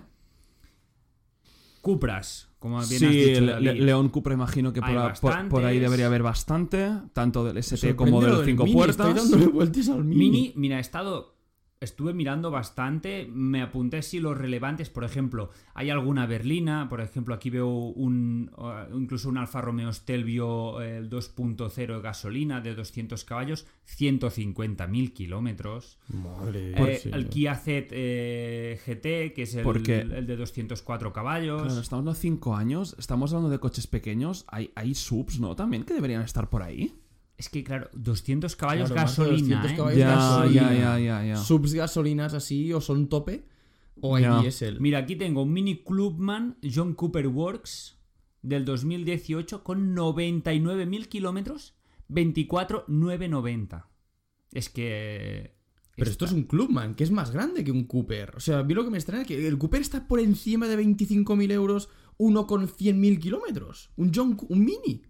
[SPEAKER 3] Cupras, como bien has
[SPEAKER 1] sí,
[SPEAKER 3] dicho,
[SPEAKER 1] Le-
[SPEAKER 3] David.
[SPEAKER 1] Le- León Cupra imagino que por,
[SPEAKER 3] Hay
[SPEAKER 1] a- por- por ahí
[SPEAKER 3] bastantes.
[SPEAKER 1] debería haber bastante, tanto del ST
[SPEAKER 2] Sorprende
[SPEAKER 1] como
[SPEAKER 2] lo
[SPEAKER 1] del 5
[SPEAKER 2] Mini,
[SPEAKER 1] puertas.
[SPEAKER 2] Estoy dándole vueltas al Mini.
[SPEAKER 3] Mini, mira, he estado. Estuve mirando bastante, me apunté si los relevantes, por ejemplo, hay alguna berlina, por ejemplo, aquí veo un eh, incluso un Alfa Romeo Stelvio eh, el 2.0 gasolina de 200 caballos, 150.000 kilómetros.
[SPEAKER 2] Madre de
[SPEAKER 3] Eh,
[SPEAKER 2] Dios,
[SPEAKER 3] el
[SPEAKER 2] señor.
[SPEAKER 3] Kia Z eh, GT, que es el,
[SPEAKER 1] Porque-
[SPEAKER 3] el de 204 caballos.
[SPEAKER 1] Claro, estamos hablando de 5 años, estamos hablando de coches pequeños, hay, hay subs, ¿no? También que deberían estar por ahí.
[SPEAKER 3] Es que, claro, 200 caballos
[SPEAKER 2] Claro, más de
[SPEAKER 3] gasolina.
[SPEAKER 2] 200
[SPEAKER 3] ¿eh?
[SPEAKER 2] caballos. Hay
[SPEAKER 1] Ya,
[SPEAKER 2] gasolina.
[SPEAKER 1] ya, ya, ya, ya.
[SPEAKER 2] Subs gasolinas así o son tope o hay
[SPEAKER 1] Ya.
[SPEAKER 2] diésel.
[SPEAKER 3] Mira, aquí tengo un Mini Clubman John Cooper Works del 2018 con 99.000 kilómetros, 24,990. Es que.
[SPEAKER 2] Pero esto es un Clubman, que es más grande que un Cooper. O sea, a mí lo que me extraña es que el Cooper está por encima de 25.000 euros, uno con 100.000 kilómetros. Un John, un Mini.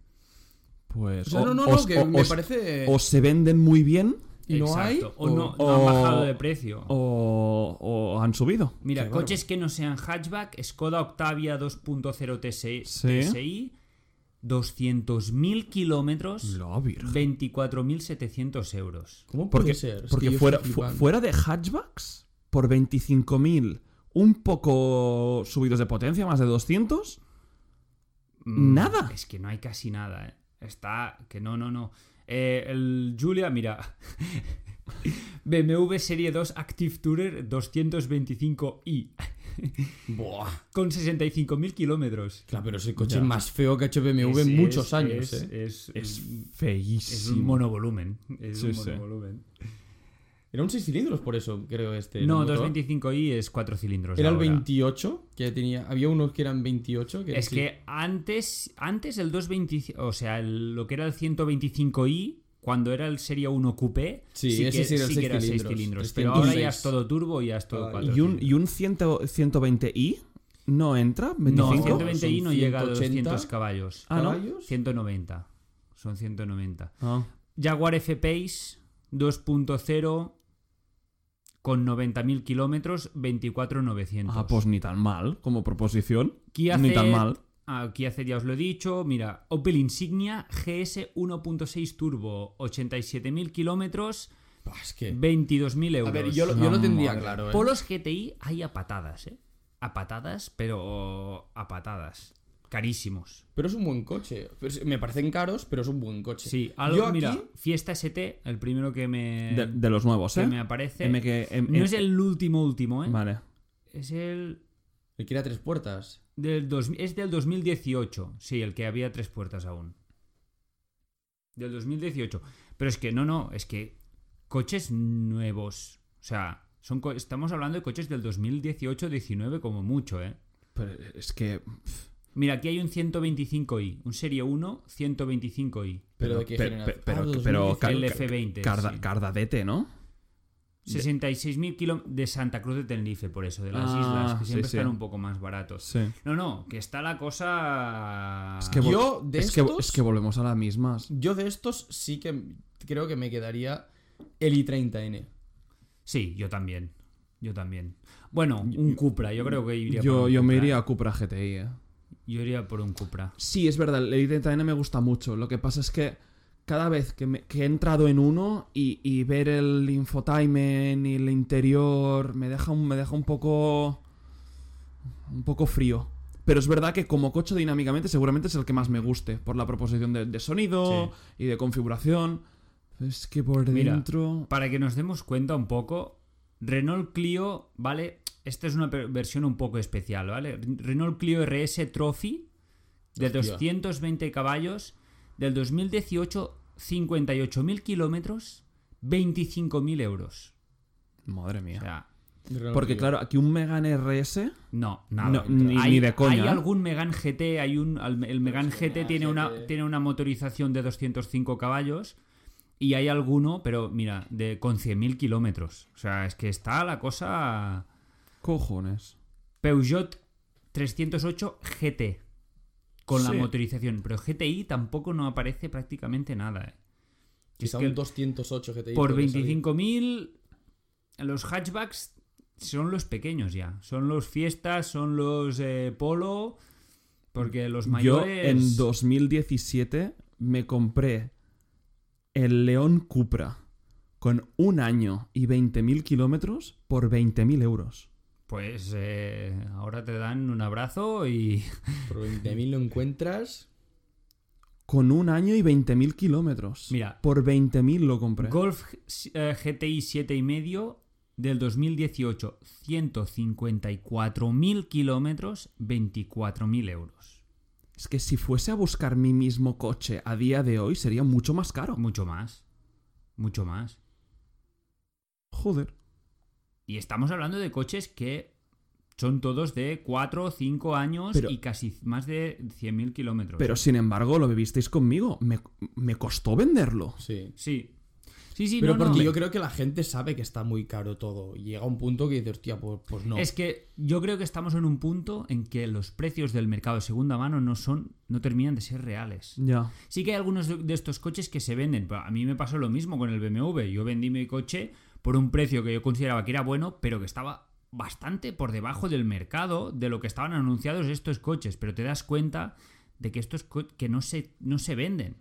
[SPEAKER 1] Pues.
[SPEAKER 2] O sea, no, no, no, que me parece...
[SPEAKER 1] o se venden muy bien
[SPEAKER 2] ¿Y no
[SPEAKER 3] Exacto.
[SPEAKER 2] hay?
[SPEAKER 3] O no, no
[SPEAKER 1] o-
[SPEAKER 3] han bajado de precio.
[SPEAKER 1] o, o han subido.
[SPEAKER 3] Mira,
[SPEAKER 2] Qué
[SPEAKER 3] coches que no sean hatchback, Skoda Octavia 2.0 TSI,
[SPEAKER 1] Sí.
[SPEAKER 3] 200.000 kilómetros,
[SPEAKER 1] La virgen.
[SPEAKER 3] 24.700 euros.
[SPEAKER 2] ¿Cómo puede
[SPEAKER 1] Porque,
[SPEAKER 2] ser? Es
[SPEAKER 1] porque
[SPEAKER 2] que yo
[SPEAKER 1] fuera,
[SPEAKER 2] estoy
[SPEAKER 1] fu-
[SPEAKER 2] flipando.
[SPEAKER 1] fuera de hatchbacks, por 25.000, un poco subidos de potencia, más de 200.
[SPEAKER 3] Mm,
[SPEAKER 1] Nada.
[SPEAKER 3] Es que no hay casi nada, ¿eh? Está, que no, no, no. Eh, el Julia, mira. (laughs) BMW Serie 2 Active Tourer 225i.
[SPEAKER 2] Buah.
[SPEAKER 3] Con 65.000 kilómetros.
[SPEAKER 2] Claro, pero es el coche
[SPEAKER 1] Ya.
[SPEAKER 2] más feo que ha hecho BMW
[SPEAKER 3] Es-
[SPEAKER 2] en muchos
[SPEAKER 3] es-
[SPEAKER 2] años,
[SPEAKER 3] es,
[SPEAKER 2] ¿eh?
[SPEAKER 1] Es
[SPEAKER 3] Es, un- es un
[SPEAKER 1] feísimo.
[SPEAKER 3] monovolumen. Es
[SPEAKER 1] Sí,
[SPEAKER 3] un
[SPEAKER 1] sí.
[SPEAKER 3] monovolumen.
[SPEAKER 2] Era un 6 cilindros por eso, creo, este. el
[SPEAKER 3] No,
[SPEAKER 2] motor.
[SPEAKER 3] 225i es 4 cilindros.
[SPEAKER 2] Era el
[SPEAKER 3] ahora.
[SPEAKER 2] 28, que tenía... Había unos que eran 28, que...
[SPEAKER 3] Es
[SPEAKER 2] sí.
[SPEAKER 3] que antes, antes el 225, o sea, el- lo que era el 125i, cuando era el Serie 1 Coupé,
[SPEAKER 2] Sí,
[SPEAKER 3] que,
[SPEAKER 2] ese sí era el
[SPEAKER 3] que era
[SPEAKER 2] seis
[SPEAKER 3] 6
[SPEAKER 2] cilindros, 306.
[SPEAKER 3] cilindros. Pero ahora ya es todo turbo y ya es todo
[SPEAKER 2] Ah,
[SPEAKER 3] 4.
[SPEAKER 1] ¿Y un, y un 100 120i? ¿No entra?
[SPEAKER 3] No,
[SPEAKER 1] ¿25?
[SPEAKER 3] 120i no
[SPEAKER 2] Son
[SPEAKER 3] llega a
[SPEAKER 2] 180.
[SPEAKER 3] 200 caballos.
[SPEAKER 1] Ah, ¿no?
[SPEAKER 2] ¿Caballos?
[SPEAKER 3] 190. Son 190.
[SPEAKER 1] Ah.
[SPEAKER 3] Jaguar F-Pace 2.0 con 90.000 kilómetros, 24,900.
[SPEAKER 1] Ah, pues ni tan mal como proposición.
[SPEAKER 3] Kia
[SPEAKER 1] ni tan
[SPEAKER 3] Ceed,
[SPEAKER 1] mal.
[SPEAKER 3] Aquí hace, ya os lo he dicho, mira, Opel Insignia GS 1.6 Turbo, 87.000 kilómetros,
[SPEAKER 2] Buah, es que...
[SPEAKER 3] 22.000 euros.
[SPEAKER 2] A ver, yo, lo- yo lo
[SPEAKER 1] No,
[SPEAKER 2] tendría
[SPEAKER 1] madre.
[SPEAKER 2] claro, ¿eh?
[SPEAKER 3] Polos GTI hay a patadas, ¿eh? A patadas, pero a patadas. Carísimos.
[SPEAKER 2] Pero es un buen coche. Pero es- Me parecen caros, pero es un buen coche.
[SPEAKER 3] Sí, algo,
[SPEAKER 2] Yo aquí-
[SPEAKER 3] mira, Fiesta ST, el primero que me,
[SPEAKER 1] De, de los nuevos,
[SPEAKER 3] que
[SPEAKER 1] ¿eh?
[SPEAKER 3] me aparece.
[SPEAKER 1] MK M-
[SPEAKER 3] no es el último último, ¿eh?
[SPEAKER 1] Vale.
[SPEAKER 3] Es el
[SPEAKER 2] El que era tres puertas.
[SPEAKER 3] del dos- es del 2018, sí, el que había tres puertas aún. Del 2018. Pero es que no, no, es que coches nuevos. O sea, son co- estamos hablando de coches del 2018-19 como mucho, ¿eh?
[SPEAKER 1] Pero es que. pff,
[SPEAKER 3] Mira, aquí hay un 125i, un Serie 1 125i,
[SPEAKER 2] Pero, de qué
[SPEAKER 1] pe-
[SPEAKER 2] generación.
[SPEAKER 1] pe- pero-
[SPEAKER 2] Ah,
[SPEAKER 1] pero
[SPEAKER 2] 2018.
[SPEAKER 1] Cal-
[SPEAKER 3] el F20.
[SPEAKER 1] carda-
[SPEAKER 3] sí.
[SPEAKER 1] Cardadete, ¿no?
[SPEAKER 3] 66.000 kilómetros de Santa Cruz de Tenerife, por eso, de las
[SPEAKER 1] Ah,
[SPEAKER 3] islas, que
[SPEAKER 1] sí,
[SPEAKER 3] siempre
[SPEAKER 1] sí.
[SPEAKER 3] están un poco más baratos.
[SPEAKER 1] Sí.
[SPEAKER 3] No, no, que está la cosa...
[SPEAKER 1] Es que vol-
[SPEAKER 2] Yo de
[SPEAKER 1] es, que,
[SPEAKER 2] estos.
[SPEAKER 1] es que volvemos a las mismas.
[SPEAKER 2] Yo de estos sí que creo que me quedaría el i30N.
[SPEAKER 3] Sí, yo también. Yo también. Bueno, un Cupra, yo creo que iría por
[SPEAKER 1] Yo,
[SPEAKER 3] un
[SPEAKER 1] yo me
[SPEAKER 3] Cupra.
[SPEAKER 1] iría a Cupra GTI, eh.
[SPEAKER 3] Yo iría por un Cupra.
[SPEAKER 1] Sí, es verdad, el i30N me gusta mucho. Lo que pasa es que cada vez que, me- que he entrado en uno y, y ver el infotainment y el interior me deja, un- me deja un poco. un poco frío. Pero es verdad que como coche dinámicamente seguramente es el que más me guste, por la proposición de, de sonido y de configuración. Es que por
[SPEAKER 3] Mira,
[SPEAKER 1] dentro.
[SPEAKER 3] Para que nos demos cuenta un poco, Renault Clio, ¿vale? Esta es una per- versión un poco especial, ¿vale? Renault Clio RS Trophy de
[SPEAKER 2] Hostia.
[SPEAKER 3] 220 caballos, del 2018, 58.000 kilómetros, 25.000 euros.
[SPEAKER 1] Madre
[SPEAKER 3] O
[SPEAKER 1] mía.
[SPEAKER 3] sea,
[SPEAKER 1] Porque claro, aquí un Megan RS.
[SPEAKER 3] no, nada.
[SPEAKER 1] No, ni-
[SPEAKER 3] hay,
[SPEAKER 1] ni de coña, ¿eh?
[SPEAKER 3] Hay algún Megan GT, hay un, al- el Megan
[SPEAKER 2] sí,
[SPEAKER 3] GT
[SPEAKER 2] Megane
[SPEAKER 3] tiene una,
[SPEAKER 2] GT.
[SPEAKER 3] tiene una motorización de 205 caballos y hay alguno, pero mira, de, con 100.000 kilómetros. O sea, es que está la cosa...
[SPEAKER 1] Cojones.
[SPEAKER 3] Peugeot 308 GT con la
[SPEAKER 1] Sí.
[SPEAKER 3] motorización, pero GTI tampoco no aparece prácticamente nada. eh.
[SPEAKER 2] Quizá
[SPEAKER 3] Es que
[SPEAKER 2] un 208 GTI.
[SPEAKER 3] Por
[SPEAKER 2] podría salir.
[SPEAKER 3] 25.000 los hatchbacks son los pequeños ya, son los fiestas, son los eh, polo, porque los mayores
[SPEAKER 1] Yo en 2017 me compré el León Cupra con un año y 20.000 kilómetros por 20.000 euros.
[SPEAKER 3] pues eh, ahora te dan un abrazo y
[SPEAKER 2] Por 20.000 lo encuentras.
[SPEAKER 1] Con un año y 20.000 kilómetros.
[SPEAKER 3] Mira.
[SPEAKER 1] Por 20.000 lo compré.
[SPEAKER 3] Golf eh, GTI 7,5 del 2018, 154.000 kilómetros, 24.000 euros.
[SPEAKER 1] Es que si fuese a buscar mi mismo coche a día de hoy sería mucho más caro.
[SPEAKER 3] Mucho más. Mucho más.
[SPEAKER 1] Joder.
[SPEAKER 3] Y estamos hablando de coches que son todos de 4 o 5 años
[SPEAKER 1] Pero-
[SPEAKER 3] y casi más de 100.000 kilómetros.
[SPEAKER 1] Pero sin embargo, lo vivisteis conmigo. Me, me costó venderlo.
[SPEAKER 2] Sí.
[SPEAKER 3] Sí. Sí, sí,
[SPEAKER 2] Pero
[SPEAKER 3] no, no.
[SPEAKER 2] porque yo creo que la gente sabe que está muy caro todo. Y Llega un punto que dices, hostia, pues, pues no.
[SPEAKER 3] Es que yo creo que estamos en un punto en que los precios del mercado de segunda mano no son, no terminan de ser reales.
[SPEAKER 1] Ya.
[SPEAKER 3] Sí que hay algunos de, de estos coches que se venden. pero A mí me pasó lo mismo con el BMW. Yo vendí mi coche por un precio que yo consideraba que era bueno, pero que estaba bastante por debajo del mercado de lo que estaban anunciados estos coches. Pero te das cuenta de que estos co- que no se, no se venden.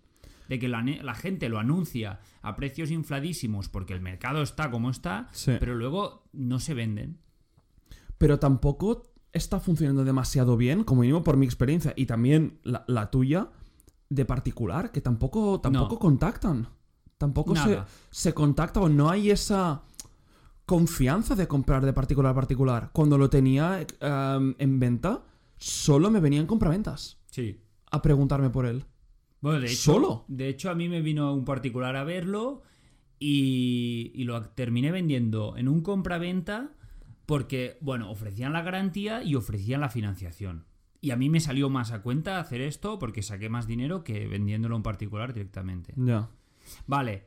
[SPEAKER 3] De que la, ne- la gente lo anuncia a precios infladísimos porque el mercado está como está,
[SPEAKER 1] Sí.
[SPEAKER 3] pero luego no se venden.
[SPEAKER 1] pero tampoco está funcionando demasiado bien, como mínimo por mi experiencia y también la, la tuya de particular, que tampoco, tampoco
[SPEAKER 3] No.
[SPEAKER 1] contactan. Tampoco se,
[SPEAKER 3] Nada.
[SPEAKER 1] se contacta o no hay esa confianza de comprar de particular a particular. Cuando lo tenía eh, en venta, solo me venían compraventas
[SPEAKER 3] Sí.
[SPEAKER 1] a preguntarme por él.
[SPEAKER 3] Bueno, de hecho,
[SPEAKER 1] ¿Solo?
[SPEAKER 3] De hecho, a mí me vino un particular a verlo y, y lo terminé vendiendo en un compraventa porque, bueno, ofrecían la garantía y ofrecían la financiación. Y a mí me salió más a cuenta hacer esto porque saqué más dinero que vendiéndolo en particular directamente.
[SPEAKER 1] Ya.
[SPEAKER 3] Vale.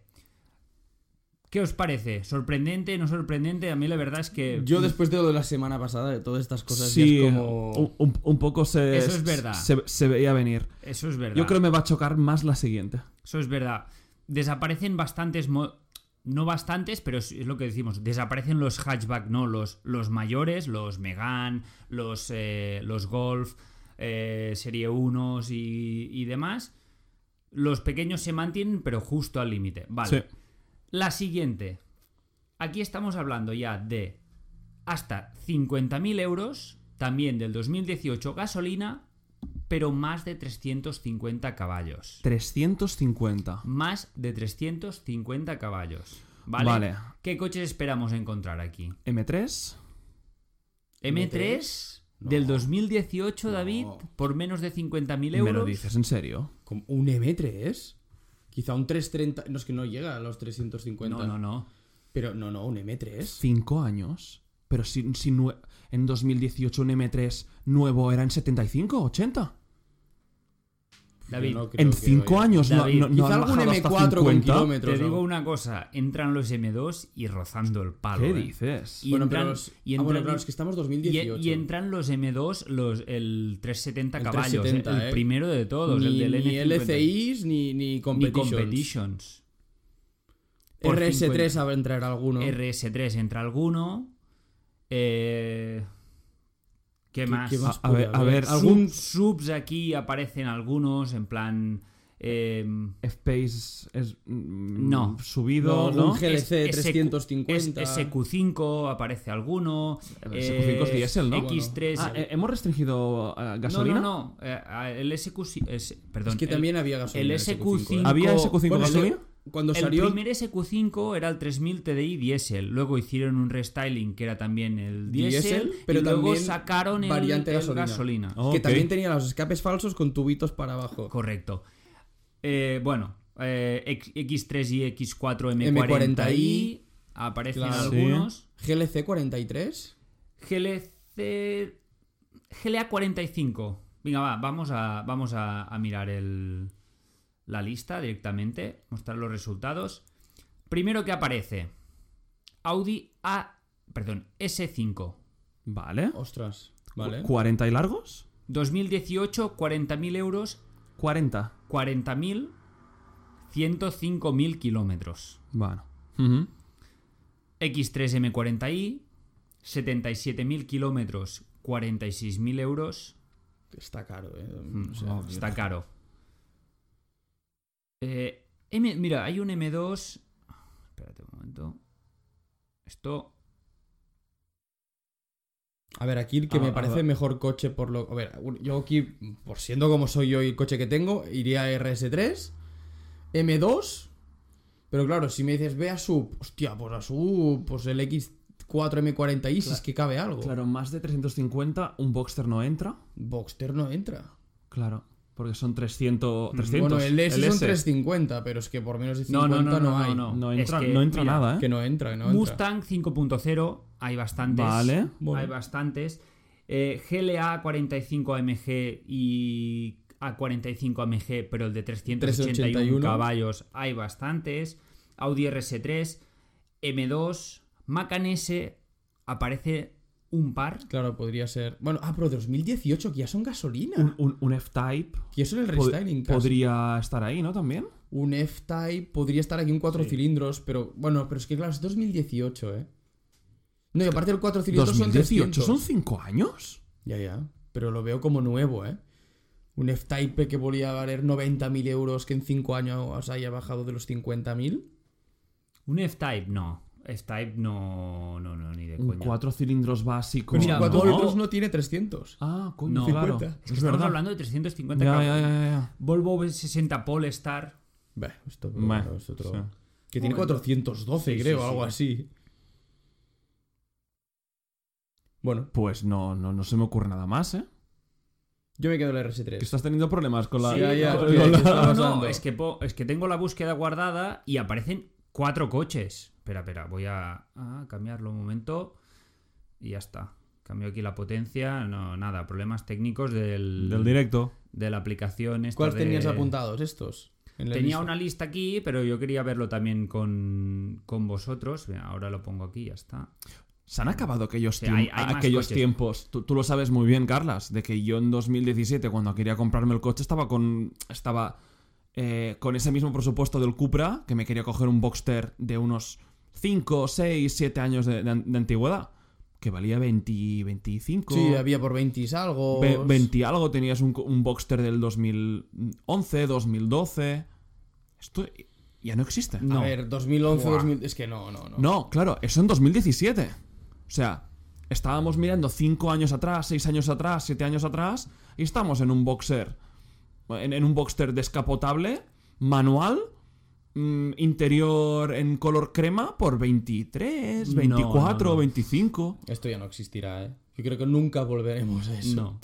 [SPEAKER 3] ¿Qué os parece? ¿Sorprendente? ¿No sorprendente? A mí la verdad es que...
[SPEAKER 2] Yo después de lo de la semana pasada, de todas estas cosas, ya
[SPEAKER 1] sí,
[SPEAKER 2] es como...
[SPEAKER 1] un, un- un poco se,
[SPEAKER 3] Eso es verdad.
[SPEAKER 1] se, se veía venir.
[SPEAKER 3] Eso es verdad.
[SPEAKER 1] Yo creo que me va a chocar más la siguiente.
[SPEAKER 3] Eso es verdad. Desaparecen bastantes. mo- no bastantes, pero es, es lo que decimos. Desaparecen los hatchback, ¿no? Los, los mayores, los Megan, los, eh, los Golf, eh, Serie 1 y, y demás. Los pequeños se mantienen, pero justo al límite. Vale.
[SPEAKER 1] Sí.
[SPEAKER 3] La siguiente. Aquí estamos hablando ya de hasta 50.000 euros, también del 2018 gasolina, pero más de 350 caballos
[SPEAKER 1] 350.
[SPEAKER 3] más de 350 caballos. ¿Vale?
[SPEAKER 1] Vale.
[SPEAKER 3] ¿Qué coches esperamos encontrar aquí?
[SPEAKER 1] M3.
[SPEAKER 3] M3,
[SPEAKER 2] No.
[SPEAKER 3] del 2018, David,
[SPEAKER 2] No.
[SPEAKER 3] por menos de 50.000 euros.
[SPEAKER 1] ¿Me lo dices en serio?
[SPEAKER 2] como ¿Un M3? Quizá un 330... No, es que no llega a los 350.
[SPEAKER 3] No, no, no.
[SPEAKER 2] Pero no, no, un M3.
[SPEAKER 1] ¿Cinco años? Pero si, si nue- en 2018 un M3 nuevo era en 75, 80.
[SPEAKER 3] David,
[SPEAKER 4] Yo no creo
[SPEAKER 1] En
[SPEAKER 4] que
[SPEAKER 1] cinco
[SPEAKER 4] vaya.
[SPEAKER 1] años no,
[SPEAKER 3] David,
[SPEAKER 1] no- no
[SPEAKER 2] Quizá
[SPEAKER 1] han
[SPEAKER 2] algún
[SPEAKER 1] bajado hasta
[SPEAKER 2] M4 con
[SPEAKER 1] 50.
[SPEAKER 2] kilómetros.
[SPEAKER 3] te
[SPEAKER 2] ¿no?
[SPEAKER 3] digo una cosa, entran los M2 y rozando el palo.
[SPEAKER 1] ¿Qué
[SPEAKER 3] ¿eh?
[SPEAKER 1] dices?
[SPEAKER 3] Y
[SPEAKER 2] bueno,
[SPEAKER 3] entran,
[SPEAKER 2] pero los-
[SPEAKER 3] y
[SPEAKER 2] ah, bueno,
[SPEAKER 3] entran-
[SPEAKER 2] claro, es que estamos
[SPEAKER 3] y-
[SPEAKER 2] 2018.
[SPEAKER 3] y entran los M2, los, el 370
[SPEAKER 2] El
[SPEAKER 3] caballos,
[SPEAKER 2] 370,
[SPEAKER 3] el
[SPEAKER 2] eh.
[SPEAKER 3] primero de todos,
[SPEAKER 2] ni,
[SPEAKER 3] el del
[SPEAKER 2] ni
[SPEAKER 3] N50.
[SPEAKER 2] LCIs ni, ni
[SPEAKER 3] ni
[SPEAKER 2] competitions.
[SPEAKER 3] competitions. Por
[SPEAKER 2] RS3 va a entrar alguno.
[SPEAKER 3] RS3 entra alguno. Eh, ¿Qué,
[SPEAKER 2] ¿Qué-
[SPEAKER 3] más?
[SPEAKER 2] qué más
[SPEAKER 1] A- a ver-
[SPEAKER 2] puede
[SPEAKER 1] a
[SPEAKER 2] haber?
[SPEAKER 1] ver,
[SPEAKER 3] Sub-
[SPEAKER 1] algún-
[SPEAKER 3] subs aquí aparecen algunos, en plan. em,
[SPEAKER 1] F-Pace es mm,
[SPEAKER 3] No.
[SPEAKER 1] subido,
[SPEAKER 2] No,
[SPEAKER 1] ¿no?
[SPEAKER 2] un G- GLC
[SPEAKER 3] SQ
[SPEAKER 2] 350.
[SPEAKER 3] es- SQ5 aparece alguno.
[SPEAKER 1] El SQ5 es
[SPEAKER 3] eh,
[SPEAKER 1] diésel, ¿no?
[SPEAKER 3] X3.
[SPEAKER 1] Ah, ¿eh, ¿Hemos restringido eh, gasolina?
[SPEAKER 3] No, no, no. eh, a- el SQ5. es- perdón.
[SPEAKER 2] Es que
[SPEAKER 3] el-
[SPEAKER 2] también había gasolina.
[SPEAKER 3] el
[SPEAKER 2] en SQ5, ¿eh?
[SPEAKER 3] SQ5.
[SPEAKER 1] ¿Había
[SPEAKER 3] Bueno,
[SPEAKER 1] SQ5
[SPEAKER 2] Bueno,
[SPEAKER 1] gasolina?
[SPEAKER 2] sí, cuando
[SPEAKER 3] el
[SPEAKER 2] salió
[SPEAKER 3] primer SQ5 era el 3000 TDI diésel. Luego hicieron un restyling que era también el diésel.
[SPEAKER 2] Diésel, pero
[SPEAKER 3] y luego
[SPEAKER 2] también
[SPEAKER 3] sacaron el,
[SPEAKER 2] variante
[SPEAKER 3] el
[SPEAKER 2] gasolina.
[SPEAKER 3] gasolina.
[SPEAKER 1] Oh.
[SPEAKER 2] que
[SPEAKER 1] Ok.
[SPEAKER 2] también tenía los escapes falsos con tubitos para abajo.
[SPEAKER 3] Correcto. Eh, bueno, eh, X- X3 y X4 M40i,
[SPEAKER 2] M40i,
[SPEAKER 3] aparecen
[SPEAKER 2] claro.
[SPEAKER 3] algunos.
[SPEAKER 2] GLC 43.
[SPEAKER 3] GLC. GLA 45. Venga, va, vamos a, vamos a, a mirar el, la lista directamente, mostrar los resultados. Primero que aparece, Audi A, perdón, S5.
[SPEAKER 1] Vale.
[SPEAKER 2] Ostras, vale.
[SPEAKER 1] ¿40 y largos?
[SPEAKER 3] 2018, 40.000 euros,
[SPEAKER 1] 40.
[SPEAKER 3] 40.000, 105.000 kilómetros.
[SPEAKER 1] Bueno. Ujú.
[SPEAKER 3] X3 M40i, 77.000 kilómetros, 46.000 euros.
[SPEAKER 2] Está caro, eh.
[SPEAKER 3] Mm,
[SPEAKER 2] O sea,
[SPEAKER 1] obvio.
[SPEAKER 3] está caro. Eh, M- mira, hay un M2. Espérate un momento. Esto.
[SPEAKER 2] A ver, aquí el que
[SPEAKER 1] Ah,
[SPEAKER 2] me
[SPEAKER 1] ah,
[SPEAKER 2] parece
[SPEAKER 1] va.
[SPEAKER 2] mejor coche por lo. A ver, un- yo aquí, por siendo como soy yo y el coche que tengo, iría a RS3, M2. Pero claro, si me dices ve a sub, hostia, pues a sub, pues el X4 M40i, si es que cabe algo.
[SPEAKER 1] Claro, más de 350, un Boxster no entra.
[SPEAKER 2] Boxster no entra.
[SPEAKER 1] Claro, porque son 300. 300
[SPEAKER 2] Bueno, el S son
[SPEAKER 1] LS.
[SPEAKER 2] 350, pero es que por menos de
[SPEAKER 3] No,
[SPEAKER 2] 50 no,
[SPEAKER 3] no, no, no,
[SPEAKER 2] hay.
[SPEAKER 3] no,
[SPEAKER 1] No
[SPEAKER 3] Es
[SPEAKER 1] entra,
[SPEAKER 3] que,
[SPEAKER 1] no entra
[SPEAKER 3] mira,
[SPEAKER 1] nada, ¿eh?
[SPEAKER 2] Que no entra, que no entra.
[SPEAKER 3] Mustang 5.0. Hay bastantes.
[SPEAKER 1] Vale.
[SPEAKER 2] Bueno.
[SPEAKER 3] Hay bastantes. Eh, GLA 45 AMG y A45 AMG, pero el de 381
[SPEAKER 2] 381.
[SPEAKER 3] caballos hay bastantes. Audi RS3, M2, Macan S, aparece un par.
[SPEAKER 2] Claro, podría ser. Bueno, ah, pero 2018, que ya son gasolina.
[SPEAKER 1] Un, un- un F-Type
[SPEAKER 2] que ya son el
[SPEAKER 1] pod-
[SPEAKER 2] restyling. casi.
[SPEAKER 1] podría estar ahí, ¿no? También.
[SPEAKER 2] Un F-Type, podría estar aquí un 4 cilindros, pero bueno, pero es que claro, es 2018, ¿eh? No, y aparte el 4 cilindros son 300.
[SPEAKER 1] 2018, son 5 años.
[SPEAKER 2] Ya, ya, pero lo veo como nuevo, ¿eh? Un F-Type que podría valer 90.000 euros, que en 5 años haya bajado de los 50.000.
[SPEAKER 3] Un F-Type, no. F-Type no, no, no, ni de
[SPEAKER 1] Un
[SPEAKER 3] coña.
[SPEAKER 1] 4 cilindros básico.
[SPEAKER 2] Pero
[SPEAKER 3] Pues Mira,
[SPEAKER 2] el 4
[SPEAKER 3] no.
[SPEAKER 2] cilindros no tiene 300.
[SPEAKER 1] Ah, coño,
[SPEAKER 3] No.
[SPEAKER 1] claro.
[SPEAKER 2] 50.
[SPEAKER 3] Es que
[SPEAKER 1] es
[SPEAKER 3] estamos
[SPEAKER 1] verdad.
[SPEAKER 3] hablando de 350
[SPEAKER 1] Ya,
[SPEAKER 3] caballos.
[SPEAKER 1] ya, ya, ya, ya.
[SPEAKER 3] Volvo V60 Polestar.
[SPEAKER 2] Bah, esto,
[SPEAKER 1] Bah,
[SPEAKER 2] claro, es otro-
[SPEAKER 1] sí.
[SPEAKER 2] Que tiene 412,
[SPEAKER 3] Sí,
[SPEAKER 2] creo,
[SPEAKER 3] sí, sí.
[SPEAKER 2] algo así. Bueno,
[SPEAKER 1] Pues no, no, no se me ocurre nada más, ¿eh?
[SPEAKER 2] yo me quedo en el RS3.
[SPEAKER 1] Que estás teniendo problemas con la.
[SPEAKER 2] Sí, ya, ya,
[SPEAKER 1] con
[SPEAKER 2] porque-
[SPEAKER 1] la-
[SPEAKER 2] está
[SPEAKER 3] No, no,
[SPEAKER 2] pasando?
[SPEAKER 3] es que, po- es que tengo la búsqueda guardada y aparecen cuatro coches. Espera, espera, voy a, a cambiarlo un momento. Y ya está. Cambio aquí la potencia. No, nada, problemas técnicos del,
[SPEAKER 1] Del directo.
[SPEAKER 3] de la aplicación. esta
[SPEAKER 2] ¿Cuáles
[SPEAKER 3] de-
[SPEAKER 2] tenías apuntados estos? En la
[SPEAKER 3] Tenía
[SPEAKER 2] lista.
[SPEAKER 3] una lista aquí, pero yo quería verlo también con, con vosotros. Mira, ahora lo pongo aquí, ya está.
[SPEAKER 1] Se han acabado aquellos,
[SPEAKER 3] Sí,
[SPEAKER 1] tiemp-
[SPEAKER 3] hay- hay más
[SPEAKER 1] aquellos
[SPEAKER 3] coches.
[SPEAKER 1] tiempos. Tú, tú lo sabes muy bien, Carlas, de que yo en 2017, cuando quería comprarme el coche, estaba con. Estaba eh, con ese mismo presupuesto del Cupra, que me quería coger un Boxster de unos 5, 6, 7 años de, de an- de antigüedad, que valía 20, 25.
[SPEAKER 2] Sí, había por 20 y algo.
[SPEAKER 1] ve- 20 y algo. Tenías un, co- un Boxster del 2011, 2012. Esto ya no existe.
[SPEAKER 2] A ver, 2011,
[SPEAKER 3] Buah.
[SPEAKER 2] 2000. Es que no, no, no.
[SPEAKER 1] No, claro, eso en 2017. O sea, estábamos mirando 5 años atrás, 6 años atrás, 7 años atrás, y estamos en un boxer. En, en un boxer descapotable, manual, mm, interior en color crema por 23,
[SPEAKER 3] No,
[SPEAKER 1] 24,
[SPEAKER 3] no, no.
[SPEAKER 1] 25.
[SPEAKER 2] Esto ya no existirá, ¿eh? Yo creo que nunca volveremos a eso.
[SPEAKER 3] No.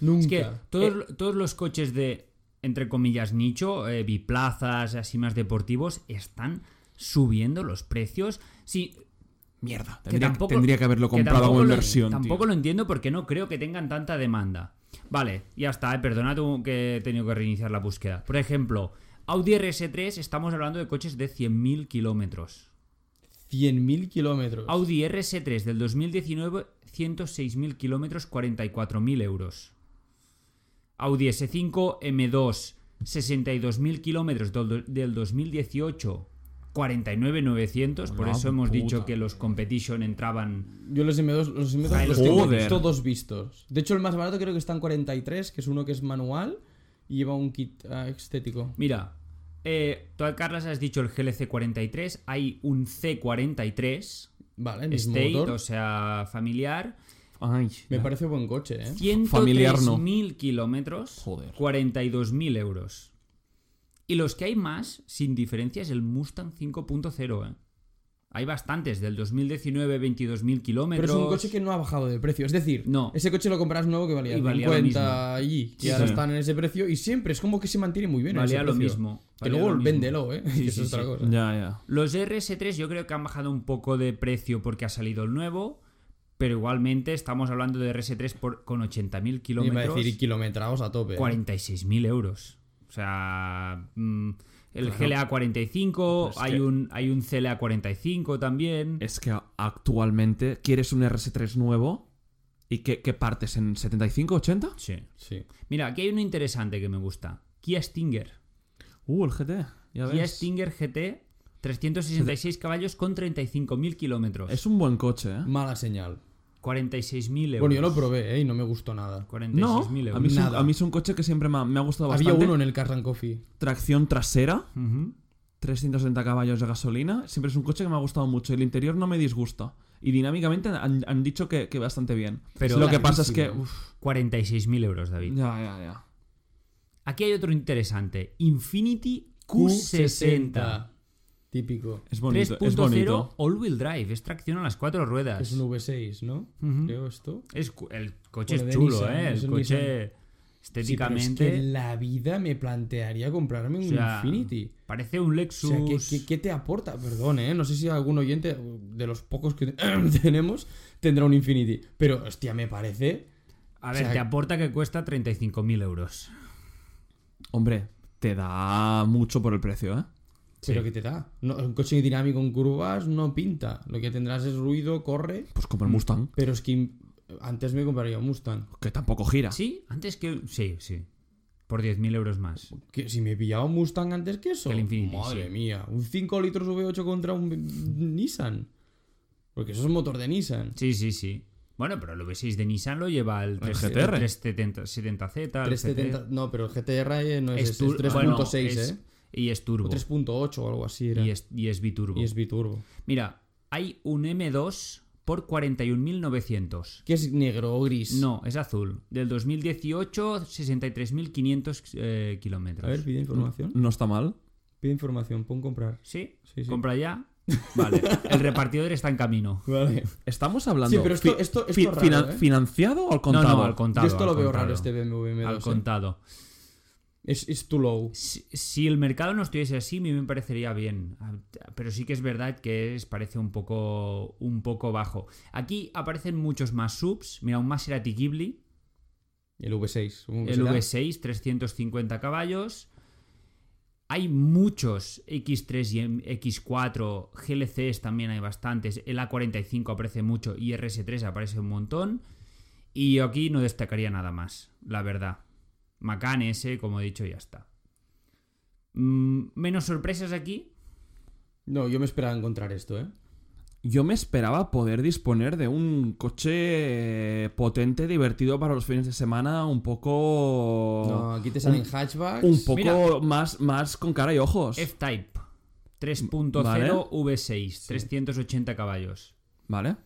[SPEAKER 2] Nunca.
[SPEAKER 3] Es que
[SPEAKER 1] Eh,
[SPEAKER 3] todos, todos los coches de, entre comillas, nicho, eh, biplazas, así más deportivos, están subiendo los precios. Sí,
[SPEAKER 1] Mierda,
[SPEAKER 3] Que
[SPEAKER 1] tendría que,
[SPEAKER 3] tampoco-
[SPEAKER 1] tendría que haberlo
[SPEAKER 3] que
[SPEAKER 1] comprado
[SPEAKER 3] tampoco
[SPEAKER 1] como
[SPEAKER 3] lo-
[SPEAKER 1] inversión. tío.
[SPEAKER 3] Tampoco lo entiendo porque no creo que tengan tanta demanda. Vale, ya está, eh, perdonad que he tenido que reiniciar la búsqueda. Por ejemplo, Audi RS3, estamos hablando de coches de 100.000 kilómetros.
[SPEAKER 2] 100.000 kilómetros.
[SPEAKER 3] Audi RS3 del 2019, 106.000 kilómetros, 44.000 euros. Audi S5 M2, 62.000 kilómetros del, del 2018, 49.900. Por
[SPEAKER 1] La
[SPEAKER 3] eso hemos
[SPEAKER 1] puta.
[SPEAKER 3] dicho que los competition entraban.
[SPEAKER 2] Yo los M2, los M2 los
[SPEAKER 1] Joder.
[SPEAKER 2] tengo todos vistos. De hecho, el más barato creo que está en 43, que es uno que es manual y lleva un kit ah, estético.
[SPEAKER 3] Mira, eh, tú, Carlos, has dicho el GLC 43, hay un C43
[SPEAKER 2] Vale, el mismo
[SPEAKER 3] State,
[SPEAKER 2] motor.
[SPEAKER 3] o sea, familiar.
[SPEAKER 1] Ay,
[SPEAKER 2] Me parece buen coche, ¿eh?
[SPEAKER 1] Familiar no.
[SPEAKER 3] 103.000 kilómetros,
[SPEAKER 1] Joder.
[SPEAKER 3] 42.000 euros. Y los que hay más, sin diferencia, es el Mustang 5.0. ¿eh? Hay bastantes, del 2019, 22.000
[SPEAKER 2] Pero
[SPEAKER 3] kilómetros.
[SPEAKER 2] es un coche que no ha bajado de precio. Es decir,
[SPEAKER 3] No.
[SPEAKER 2] ese coche lo compras nuevo que valía,
[SPEAKER 3] Y valía lo
[SPEAKER 2] 50 allí. Y
[SPEAKER 3] Sí,
[SPEAKER 2] ahora
[SPEAKER 3] sí.
[SPEAKER 2] están en ese precio. Y siempre es como que se mantiene muy bien. en
[SPEAKER 3] valía
[SPEAKER 2] ese
[SPEAKER 3] lo
[SPEAKER 2] precio.
[SPEAKER 3] mismo.
[SPEAKER 2] Que
[SPEAKER 3] valía
[SPEAKER 2] luego
[SPEAKER 3] lo mismo.
[SPEAKER 2] véndelo, ¿eh? (laughs)
[SPEAKER 3] Sí,
[SPEAKER 2] que es
[SPEAKER 3] sí,
[SPEAKER 2] otra
[SPEAKER 3] sí.
[SPEAKER 2] cosa.
[SPEAKER 1] Ya, ya.
[SPEAKER 3] Los RS3 yo creo que han bajado un poco de precio porque ha salido el nuevo, pero igualmente estamos hablando de RS3 por, con 80.000
[SPEAKER 2] Iba a
[SPEAKER 3] kilómetros.
[SPEAKER 2] decir kilometrados a tope. ¿eh?
[SPEAKER 3] 46.000 euros. O sea, mm, el
[SPEAKER 1] Claro.
[SPEAKER 3] GLA 45,
[SPEAKER 1] Pues es
[SPEAKER 3] hay,
[SPEAKER 1] que-
[SPEAKER 3] un, hay un CLA 45 también.
[SPEAKER 1] Es que a- actualmente quieres un RS3 nuevo y que, partes en 75, 80?
[SPEAKER 3] Sí.
[SPEAKER 2] Sí.
[SPEAKER 3] Mira, aquí hay uno interesante que me gusta. Kia Stinger.
[SPEAKER 1] Uh, el GT. Ya
[SPEAKER 3] Kia
[SPEAKER 1] ves.
[SPEAKER 3] Stinger GT,
[SPEAKER 1] (laughs)
[SPEAKER 3] 366 caballos con 35.000 kilómetros.
[SPEAKER 1] Es un buen coche, ¿eh?
[SPEAKER 2] Mala señal.
[SPEAKER 3] 46.000 euros.
[SPEAKER 2] Bueno, yo lo probé, ¿eh? Y no me gustó nada.
[SPEAKER 3] 46.000
[SPEAKER 1] No,
[SPEAKER 3] euros.
[SPEAKER 1] a mí, es un,
[SPEAKER 2] Nada.
[SPEAKER 1] a mí es un coche que siempre me ha, me ha gustado bastante.
[SPEAKER 2] Había uno en Mm. el Cars and Coffee.
[SPEAKER 1] Tracción trasera,
[SPEAKER 3] Ujú.
[SPEAKER 1] 360 caballos de gasolina. Siempre es un coche que me ha gustado mucho. El interior no me disgusta. Y dinámicamente han, han dicho que, que bastante bien.
[SPEAKER 3] Pero-
[SPEAKER 1] Lo que pasa es que...
[SPEAKER 2] Larguísimo.
[SPEAKER 1] uf,
[SPEAKER 3] 46.000 euros, David.
[SPEAKER 1] ya, ya, ya.
[SPEAKER 3] Aquí hay otro interesante. Infinity Q60.
[SPEAKER 2] Típico.
[SPEAKER 1] Es bonito, es
[SPEAKER 3] 3.0
[SPEAKER 1] bonito.
[SPEAKER 3] all-wheel drive. Es tracción a las cuatro ruedas.
[SPEAKER 2] Es un V6, ¿no?
[SPEAKER 3] Ujú.
[SPEAKER 2] Creo esto.
[SPEAKER 3] Es cu- el coche
[SPEAKER 2] Bueno,
[SPEAKER 3] es
[SPEAKER 2] de
[SPEAKER 3] chulo,
[SPEAKER 2] Nissan,
[SPEAKER 3] ¿eh?
[SPEAKER 2] es
[SPEAKER 3] El
[SPEAKER 2] un
[SPEAKER 3] coche
[SPEAKER 2] Sí, pero es
[SPEAKER 3] estéticamente
[SPEAKER 2] que en la vida me plantearía comprarme un
[SPEAKER 3] O sea,
[SPEAKER 2] Infinity.
[SPEAKER 3] parece un
[SPEAKER 2] O
[SPEAKER 3] Lexus.
[SPEAKER 2] sea, ¿qué, qué, qué te aporta? Perdón, ¿eh? No sé si algún oyente de los pocos que (clears throat) tenemos tendrá un Infinity. Pero, hostia, me parece.
[SPEAKER 3] A ver,
[SPEAKER 2] o sea,
[SPEAKER 3] te aporta que cuesta 35.000 euros.
[SPEAKER 1] Hombre, te da mucho por el precio, ¿eh?
[SPEAKER 2] Pero que te da. No, un coche dinámico en curvas no pinta. Lo que tendrás es ruido, corre.
[SPEAKER 1] Pues como el Mustang,
[SPEAKER 2] Pero es que in- antes me compraría un Mustang.
[SPEAKER 1] que tampoco gira.
[SPEAKER 3] Sí, antes que... Sí, sí. Por 10.000 euros más.
[SPEAKER 2] Que si me pillaba un Mustang antes que eso.
[SPEAKER 3] El Infiniti,
[SPEAKER 2] Madre
[SPEAKER 3] sí.
[SPEAKER 2] mía. Un 5 litros V8 contra un Nissan. Porque eso es motor de Nissan.
[SPEAKER 3] Sí, sí, sí. Bueno, pero el V6 de Nissan lo lleva el, 3,
[SPEAKER 1] GTR.
[SPEAKER 3] 370Z. el
[SPEAKER 2] 370. No, pero el GTR eh, no es,
[SPEAKER 3] Es
[SPEAKER 2] es,
[SPEAKER 3] tur-
[SPEAKER 2] 3.6,
[SPEAKER 3] bueno, es-
[SPEAKER 2] ¿eh?
[SPEAKER 3] Y es
[SPEAKER 2] O
[SPEAKER 3] turbo.
[SPEAKER 2] 3.8 o algo así era.
[SPEAKER 3] Y es, y es biturbo.
[SPEAKER 2] Y es biturbo.
[SPEAKER 3] Mira, hay un M2 por 41.900.
[SPEAKER 2] ¿Qué es negro o gris?
[SPEAKER 3] No, es azul. Del 2018, 63.500
[SPEAKER 2] A
[SPEAKER 3] eh,
[SPEAKER 2] ver,
[SPEAKER 3] kilómetros.
[SPEAKER 2] pide información.
[SPEAKER 1] No está mal.
[SPEAKER 2] Pide información, pon comprar.
[SPEAKER 3] ¿Sí?
[SPEAKER 2] Sí, sí.
[SPEAKER 3] ¿Compra ya? Vale. El repartidor está en camino.
[SPEAKER 2] Vale.
[SPEAKER 1] Estamos hablando.
[SPEAKER 2] Sí, pero esto-
[SPEAKER 1] fi-
[SPEAKER 2] esto- esto
[SPEAKER 1] fi-
[SPEAKER 2] es raro,
[SPEAKER 1] finan-
[SPEAKER 2] ¿eh?
[SPEAKER 1] ¿Financiado o al
[SPEAKER 2] (laughs)
[SPEAKER 1] contado?
[SPEAKER 3] No, no, al contado.
[SPEAKER 2] Yo esto
[SPEAKER 3] al
[SPEAKER 2] lo veo
[SPEAKER 3] contado.
[SPEAKER 2] raro, este BMW M2.
[SPEAKER 3] Al
[SPEAKER 2] eh.
[SPEAKER 3] contado.
[SPEAKER 2] Es, es too low.
[SPEAKER 3] Si, si el mercado no estuviese así, a mí me parecería bien. Ah, Pero sí que es verdad que es, parece un poco, un poco bajo. Aquí aparecen muchos más subs. Mira, un Maserati Ghibli.
[SPEAKER 2] El V6. supongo que
[SPEAKER 3] El
[SPEAKER 2] será.
[SPEAKER 3] V6, 350 caballos. Hay muchos X3 y M- X4, GLCs también hay bastantes. El A45 aparece mucho y RS3 aparece un montón. Y yo aquí no destacaría nada más, la verdad. Macan S, como he dicho, ya está. Mm, menos sorpresas aquí.
[SPEAKER 2] No, yo me esperaba encontrar esto, ¿eh?
[SPEAKER 1] Yo me esperaba poder disponer de un coche eh, potente, divertido para los fines de semana, un
[SPEAKER 2] No,
[SPEAKER 3] Oh.
[SPEAKER 1] poco.
[SPEAKER 2] aquí te salen
[SPEAKER 1] un-
[SPEAKER 2] hatchbacks.
[SPEAKER 1] un poco
[SPEAKER 3] Mira.
[SPEAKER 1] más, más con cara y ojos.
[SPEAKER 3] F-Type 3.0
[SPEAKER 1] Vale.
[SPEAKER 3] V6, 380 caballos,
[SPEAKER 1] ¿Vale?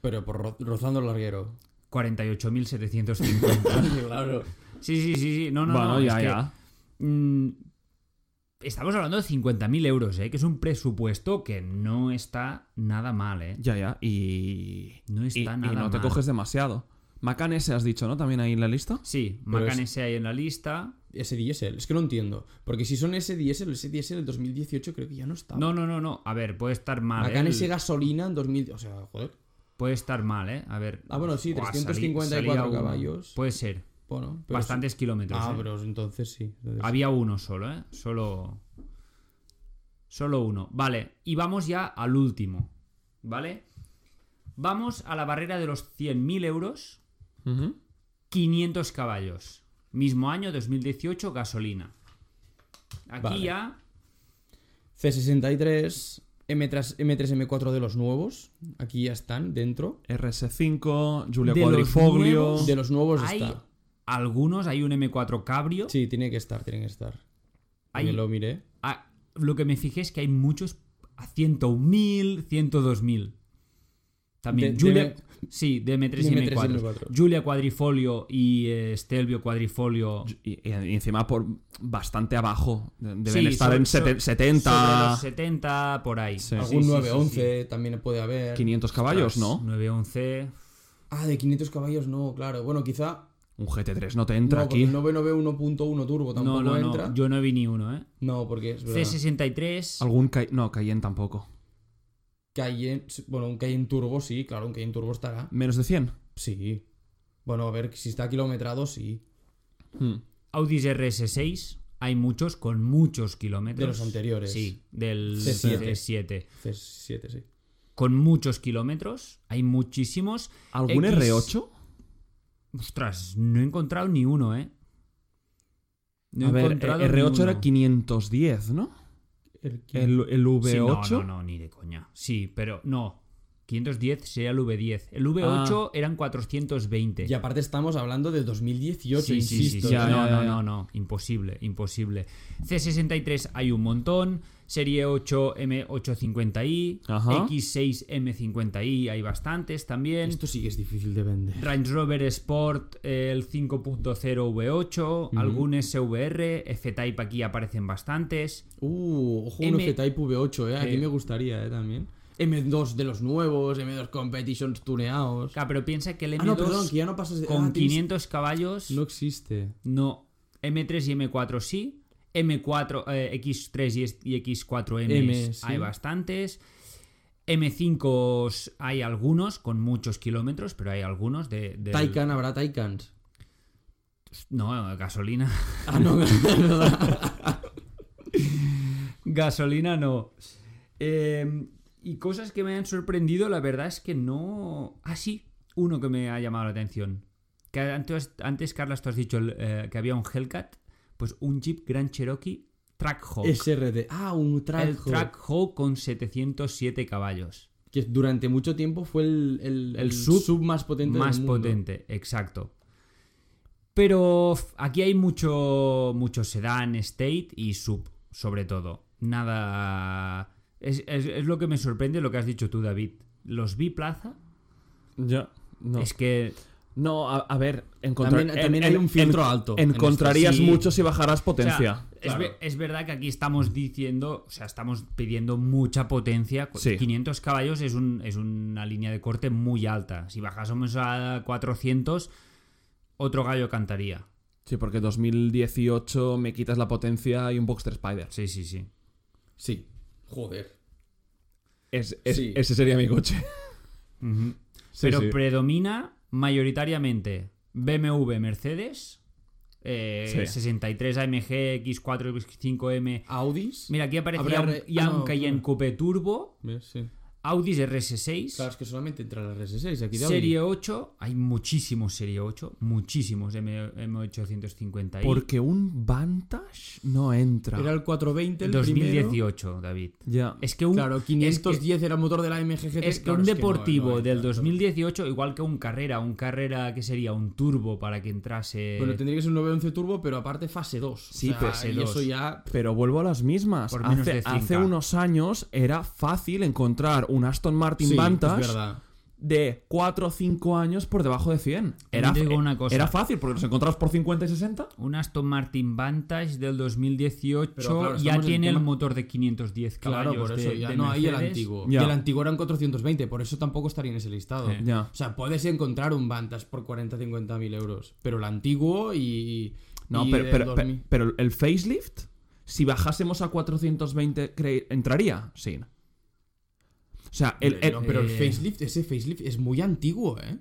[SPEAKER 2] Pero por ro- rozando el larguero. (laughs)
[SPEAKER 1] (laughs)
[SPEAKER 3] 48.750.
[SPEAKER 2] claro.
[SPEAKER 3] Sí, sí, sí, sí. No, no,
[SPEAKER 1] bueno,
[SPEAKER 3] no. es
[SPEAKER 1] ya,
[SPEAKER 3] que,
[SPEAKER 1] ya.
[SPEAKER 3] mm, estamos hablando de 50.000 euros, ¿eh? Que es un presupuesto que no está nada mal, ¿eh?
[SPEAKER 1] Ya, ya. Y.
[SPEAKER 3] No está
[SPEAKER 1] y- y
[SPEAKER 3] nada
[SPEAKER 1] no te
[SPEAKER 3] mal.
[SPEAKER 1] coges demasiado. Macan S has dicho, ¿no? También ahí en la lista.
[SPEAKER 3] Sí,
[SPEAKER 2] Pero
[SPEAKER 3] Macan
[SPEAKER 2] es-
[SPEAKER 3] ese ahí en la lista.
[SPEAKER 2] Ese diésel, es que no entiendo. Porque si son ese diésel, ese diésel del 2018 creo que ya no está.
[SPEAKER 3] No, no, no, no. A ver, puede estar mal.
[SPEAKER 2] Macan
[SPEAKER 3] ¿eh?
[SPEAKER 2] ese gasolina en 2000. O sea, joder.
[SPEAKER 3] Puede estar mal, ¿eh? A ver.
[SPEAKER 2] Ah, bueno, sí,
[SPEAKER 3] Buah,
[SPEAKER 2] 354
[SPEAKER 3] salía un-
[SPEAKER 2] caballos.
[SPEAKER 3] Puede ser.
[SPEAKER 2] Bueno, pero
[SPEAKER 3] Bastantes
[SPEAKER 2] sí.
[SPEAKER 3] kilómetros.
[SPEAKER 2] Ah,
[SPEAKER 3] ¿eh?
[SPEAKER 2] pero entonces sí. entonces
[SPEAKER 3] Había uno solo, ¿eh? Solo. Solo uno. Vale, y vamos ya al último. ¿Vale? Vamos a la barrera de los 100.000 euros,
[SPEAKER 1] Ujú.
[SPEAKER 3] 500 caballos. Mismo año, 2018, gasolina. Aquí
[SPEAKER 2] Vale.
[SPEAKER 3] ya.
[SPEAKER 2] sí. C63, M3, M3, M4 de los nuevos. Aquí ya están, dentro.
[SPEAKER 1] RS5, Giulio
[SPEAKER 3] De los
[SPEAKER 1] Quadrifoglio.
[SPEAKER 3] nuevos-
[SPEAKER 2] De los nuevos
[SPEAKER 3] Hay
[SPEAKER 2] Pues está.
[SPEAKER 3] algunos, hay un M4 Cabrio.
[SPEAKER 2] Sí, tiene que estar, tiene que estar.
[SPEAKER 3] Hay-
[SPEAKER 2] Me lo miré.
[SPEAKER 3] Ah, lo que me fijé es que hay muchos a 101.000, 102.000. También
[SPEAKER 2] De-
[SPEAKER 3] Julia,
[SPEAKER 2] de-
[SPEAKER 3] sí, de M3
[SPEAKER 2] de
[SPEAKER 3] y
[SPEAKER 2] M3 y
[SPEAKER 3] M4.
[SPEAKER 2] M4.
[SPEAKER 3] Julia Cuadrifolio y eh, Stelvio Cuadrifolio
[SPEAKER 1] Y, y- y encima por bastante abajo. De- Deben
[SPEAKER 3] Sí,
[SPEAKER 1] estar
[SPEAKER 3] sobre-
[SPEAKER 1] en
[SPEAKER 3] so-
[SPEAKER 1] seten-
[SPEAKER 3] sobre
[SPEAKER 1] 70,
[SPEAKER 3] los 70 por ahí.
[SPEAKER 1] Sí.
[SPEAKER 2] Algún
[SPEAKER 3] Sí, sí, sí,
[SPEAKER 2] 911 también puede haber.
[SPEAKER 1] 500 caballos, ¿no?
[SPEAKER 3] 911.
[SPEAKER 2] Ah, de 500 caballos no, claro. Bueno, quizá.
[SPEAKER 1] Un GT3 no te entra
[SPEAKER 2] no,
[SPEAKER 1] aquí.
[SPEAKER 2] porque el 991.1 turbo tampoco
[SPEAKER 3] No, no, no,
[SPEAKER 2] entra.
[SPEAKER 3] yo no vi ni uno, ¿eh?
[SPEAKER 2] No, porque es verdad.
[SPEAKER 3] C63.
[SPEAKER 1] Algún Cay- no, Cayenne tampoco.
[SPEAKER 2] Cayenne- bueno, un Cayenne Turbo sí, claro, un Cayenne Turbo estará.
[SPEAKER 1] Menos de 100.
[SPEAKER 2] Sí. Bueno, a ver, si está kilometrado, sí.
[SPEAKER 1] Hmm.
[SPEAKER 3] Audis RS6. Hay muchos con muchos kilómetros.
[SPEAKER 2] De los anteriores.
[SPEAKER 3] Sí, del
[SPEAKER 2] C7.
[SPEAKER 3] C7.
[SPEAKER 2] C7, sí.
[SPEAKER 3] Con muchos kilómetros. Hay muchísimos.
[SPEAKER 1] ¿Algún
[SPEAKER 3] X.
[SPEAKER 1] R8?
[SPEAKER 3] Ostras, no he encontrado ni uno, ¿eh? No he
[SPEAKER 1] A ver,
[SPEAKER 3] encontrado
[SPEAKER 1] eh, R8
[SPEAKER 3] ni
[SPEAKER 1] era
[SPEAKER 3] uno.
[SPEAKER 1] 510, ¿no?
[SPEAKER 2] El ki-
[SPEAKER 1] El, el V8.
[SPEAKER 3] Sí, no, no, no, ni de coña. Sí, pero no. 510 sería el V10. El V8 eran 420.
[SPEAKER 2] Y aparte estamos hablando de 2018,
[SPEAKER 3] Sí, sí,
[SPEAKER 2] insisto.
[SPEAKER 3] sí, sí.
[SPEAKER 1] ya,
[SPEAKER 3] no,
[SPEAKER 1] ya,
[SPEAKER 3] no,
[SPEAKER 1] ya.
[SPEAKER 3] no, no. Imposible, imposible. C63 hay un montón. Serie 8 M850i.
[SPEAKER 1] Ajá.
[SPEAKER 3] X6 M50i hay bastantes también.
[SPEAKER 2] Esto sí que es difícil de vender.
[SPEAKER 3] Range Rover Sport, eh, el 5.0 V8, algún SVR, F-Type aquí aparecen bastantes.
[SPEAKER 2] Uh, ojo,
[SPEAKER 3] M-
[SPEAKER 2] un F-Type V8, eh. Aquí
[SPEAKER 3] Sí.
[SPEAKER 2] me gustaría, eh, también. M2 de los nuevos, M2 Competitions tuneados.
[SPEAKER 3] Claro, pero piensa que el M2
[SPEAKER 2] Ah, no, perdón, que ya no pasas de.
[SPEAKER 3] con
[SPEAKER 2] ah, tienes-
[SPEAKER 3] 500 caballos
[SPEAKER 2] No
[SPEAKER 3] no.
[SPEAKER 2] existe.
[SPEAKER 3] M3 y M4 sí. M4, eh, X3 y es- y, X4M
[SPEAKER 2] M, sí.
[SPEAKER 3] hay bastantes. M5 s hay algunos con muchos kilómetros, pero hay algunos de... del-
[SPEAKER 2] Taycan, habrá Taykans.
[SPEAKER 3] No, gasolina. (laughs)
[SPEAKER 2] Ah, no, (laughs)
[SPEAKER 3] Gasolina no. Eh, y cosas que me han sorprendido, la verdad es que no. Ah, sí, uno que me ha llamado la atención. Que antes, antes Carlas, tú has dicho el, eh, que había un Hellcat. Pues un Jeep Grand Cherokee Trackhawk.
[SPEAKER 2] SRT. Ah, un
[SPEAKER 3] el
[SPEAKER 2] Trackhawk.
[SPEAKER 3] Trackhawk con 707 caballos.
[SPEAKER 2] que durante mucho tiempo fue el, el, el
[SPEAKER 3] sub
[SPEAKER 2] sub, más potente
[SPEAKER 3] Más
[SPEAKER 2] del mundo.
[SPEAKER 3] potente, exacto. Pero f- aquí hay mucho, mucho sedán, state y sub, sobre todo. Nada. Es, es- es lo que me sorprende lo que has dicho tú, David. Los biplaza
[SPEAKER 1] Ya. No,
[SPEAKER 3] es que.
[SPEAKER 1] no a, a ver, encontrar-
[SPEAKER 2] También,
[SPEAKER 1] en-
[SPEAKER 2] también
[SPEAKER 1] en-
[SPEAKER 2] hay un filtro
[SPEAKER 1] en-
[SPEAKER 2] alto. en
[SPEAKER 1] Encontrarías
[SPEAKER 3] sí.
[SPEAKER 1] mucho si bajaras
[SPEAKER 3] o sea,
[SPEAKER 1] potencia.
[SPEAKER 3] es, ve- es verdad que aquí estamos diciendo, o sea, estamos pidiendo mucha potencia. Cu-
[SPEAKER 1] Sí.
[SPEAKER 3] 500 caballos es, un- es una línea de corte muy alta. Si bajásemos a 400, otro gallo cantaría.
[SPEAKER 1] Sí, porque 2018 me quitas la potencia y un Boxster Spider.
[SPEAKER 3] Sí, sí, sí.
[SPEAKER 2] este- Sí. Joder.
[SPEAKER 1] Es- es-
[SPEAKER 2] Sí.
[SPEAKER 1] Ese sería mi coche.
[SPEAKER 3] Ujú.
[SPEAKER 1] Sí,
[SPEAKER 3] Pero
[SPEAKER 1] sí.
[SPEAKER 3] predomina mayoritariamente BMW, Mercedes, eh,
[SPEAKER 1] Sí.
[SPEAKER 3] 63 AMG, X4, X5M.
[SPEAKER 2] Audis.
[SPEAKER 3] Mira, aquí
[SPEAKER 2] Habrá
[SPEAKER 3] aparecía un,
[SPEAKER 2] re-
[SPEAKER 3] ya
[SPEAKER 2] ah,
[SPEAKER 3] un
[SPEAKER 2] no,
[SPEAKER 3] Cayenne
[SPEAKER 2] claro.
[SPEAKER 3] Coupe Turbo,
[SPEAKER 2] ¿Ves? Sí.
[SPEAKER 3] Audi RS6,
[SPEAKER 2] Claro, es que solamente entra la RS6 aquí de Audi.
[SPEAKER 3] Serie 8. Hay muchísimos Serie 8, muchísimos M- M850. i
[SPEAKER 1] Porque un Vantage no entra.
[SPEAKER 2] Era el 420 el 2018.
[SPEAKER 3] 2018, David.
[SPEAKER 1] Ya.
[SPEAKER 3] Es que un,
[SPEAKER 2] Claro, 510 era el motor de la AMG GT.
[SPEAKER 3] Es que
[SPEAKER 2] Claro,
[SPEAKER 3] un
[SPEAKER 2] no,
[SPEAKER 3] deportivo
[SPEAKER 2] no,
[SPEAKER 3] del
[SPEAKER 2] claro.
[SPEAKER 3] 2018, igual que un carrera, un carrera que sería un turbo para que entrase.
[SPEAKER 2] Bueno, tendría que ser un 911 turbo, pero aparte fase 2.
[SPEAKER 1] Sí,
[SPEAKER 2] o sea,
[SPEAKER 1] fase
[SPEAKER 2] y
[SPEAKER 3] 2.
[SPEAKER 2] eso ya...
[SPEAKER 1] Pero vuelvo a las mismas.
[SPEAKER 3] Por menos
[SPEAKER 1] Hace,
[SPEAKER 3] de cinca.
[SPEAKER 1] hace unos años era fácil encontrar un Aston Martin
[SPEAKER 2] sí,
[SPEAKER 1] Vantage
[SPEAKER 2] es verdad.
[SPEAKER 1] de 4 o 5 años por debajo de 100. Era,
[SPEAKER 3] te digo
[SPEAKER 1] eh,
[SPEAKER 3] una cosa.
[SPEAKER 1] era fácil porque los encontrabas por 50 y 60.
[SPEAKER 3] un Aston Martin Vantage del 2018
[SPEAKER 2] Pero, claro,
[SPEAKER 3] ya
[SPEAKER 2] estamos en
[SPEAKER 3] tiene el
[SPEAKER 2] tema-
[SPEAKER 3] motor de 510
[SPEAKER 2] Claro,
[SPEAKER 3] caballos.
[SPEAKER 2] por eso
[SPEAKER 3] de-
[SPEAKER 2] ya
[SPEAKER 3] de
[SPEAKER 2] no hay el
[SPEAKER 3] Mercedes.
[SPEAKER 2] antiguo.
[SPEAKER 1] Ya.
[SPEAKER 2] Y el antiguo eran 420, por eso tampoco estaría en ese listado.
[SPEAKER 3] Sí.
[SPEAKER 1] Ya.
[SPEAKER 2] O sea, puedes encontrar un Vantage por 40, 50 mil euros. Pero el antiguo y.
[SPEAKER 1] No,
[SPEAKER 2] y
[SPEAKER 1] pero,
[SPEAKER 2] del
[SPEAKER 1] pero,
[SPEAKER 2] 2000.
[SPEAKER 1] pe- pero el facelift, si bajásemos a 420, cre- ¿entraría? Sí. O sea, el, el-
[SPEAKER 2] No, pero el
[SPEAKER 3] eh,
[SPEAKER 2] facelift, ese facelift es muy antiguo, ¿eh?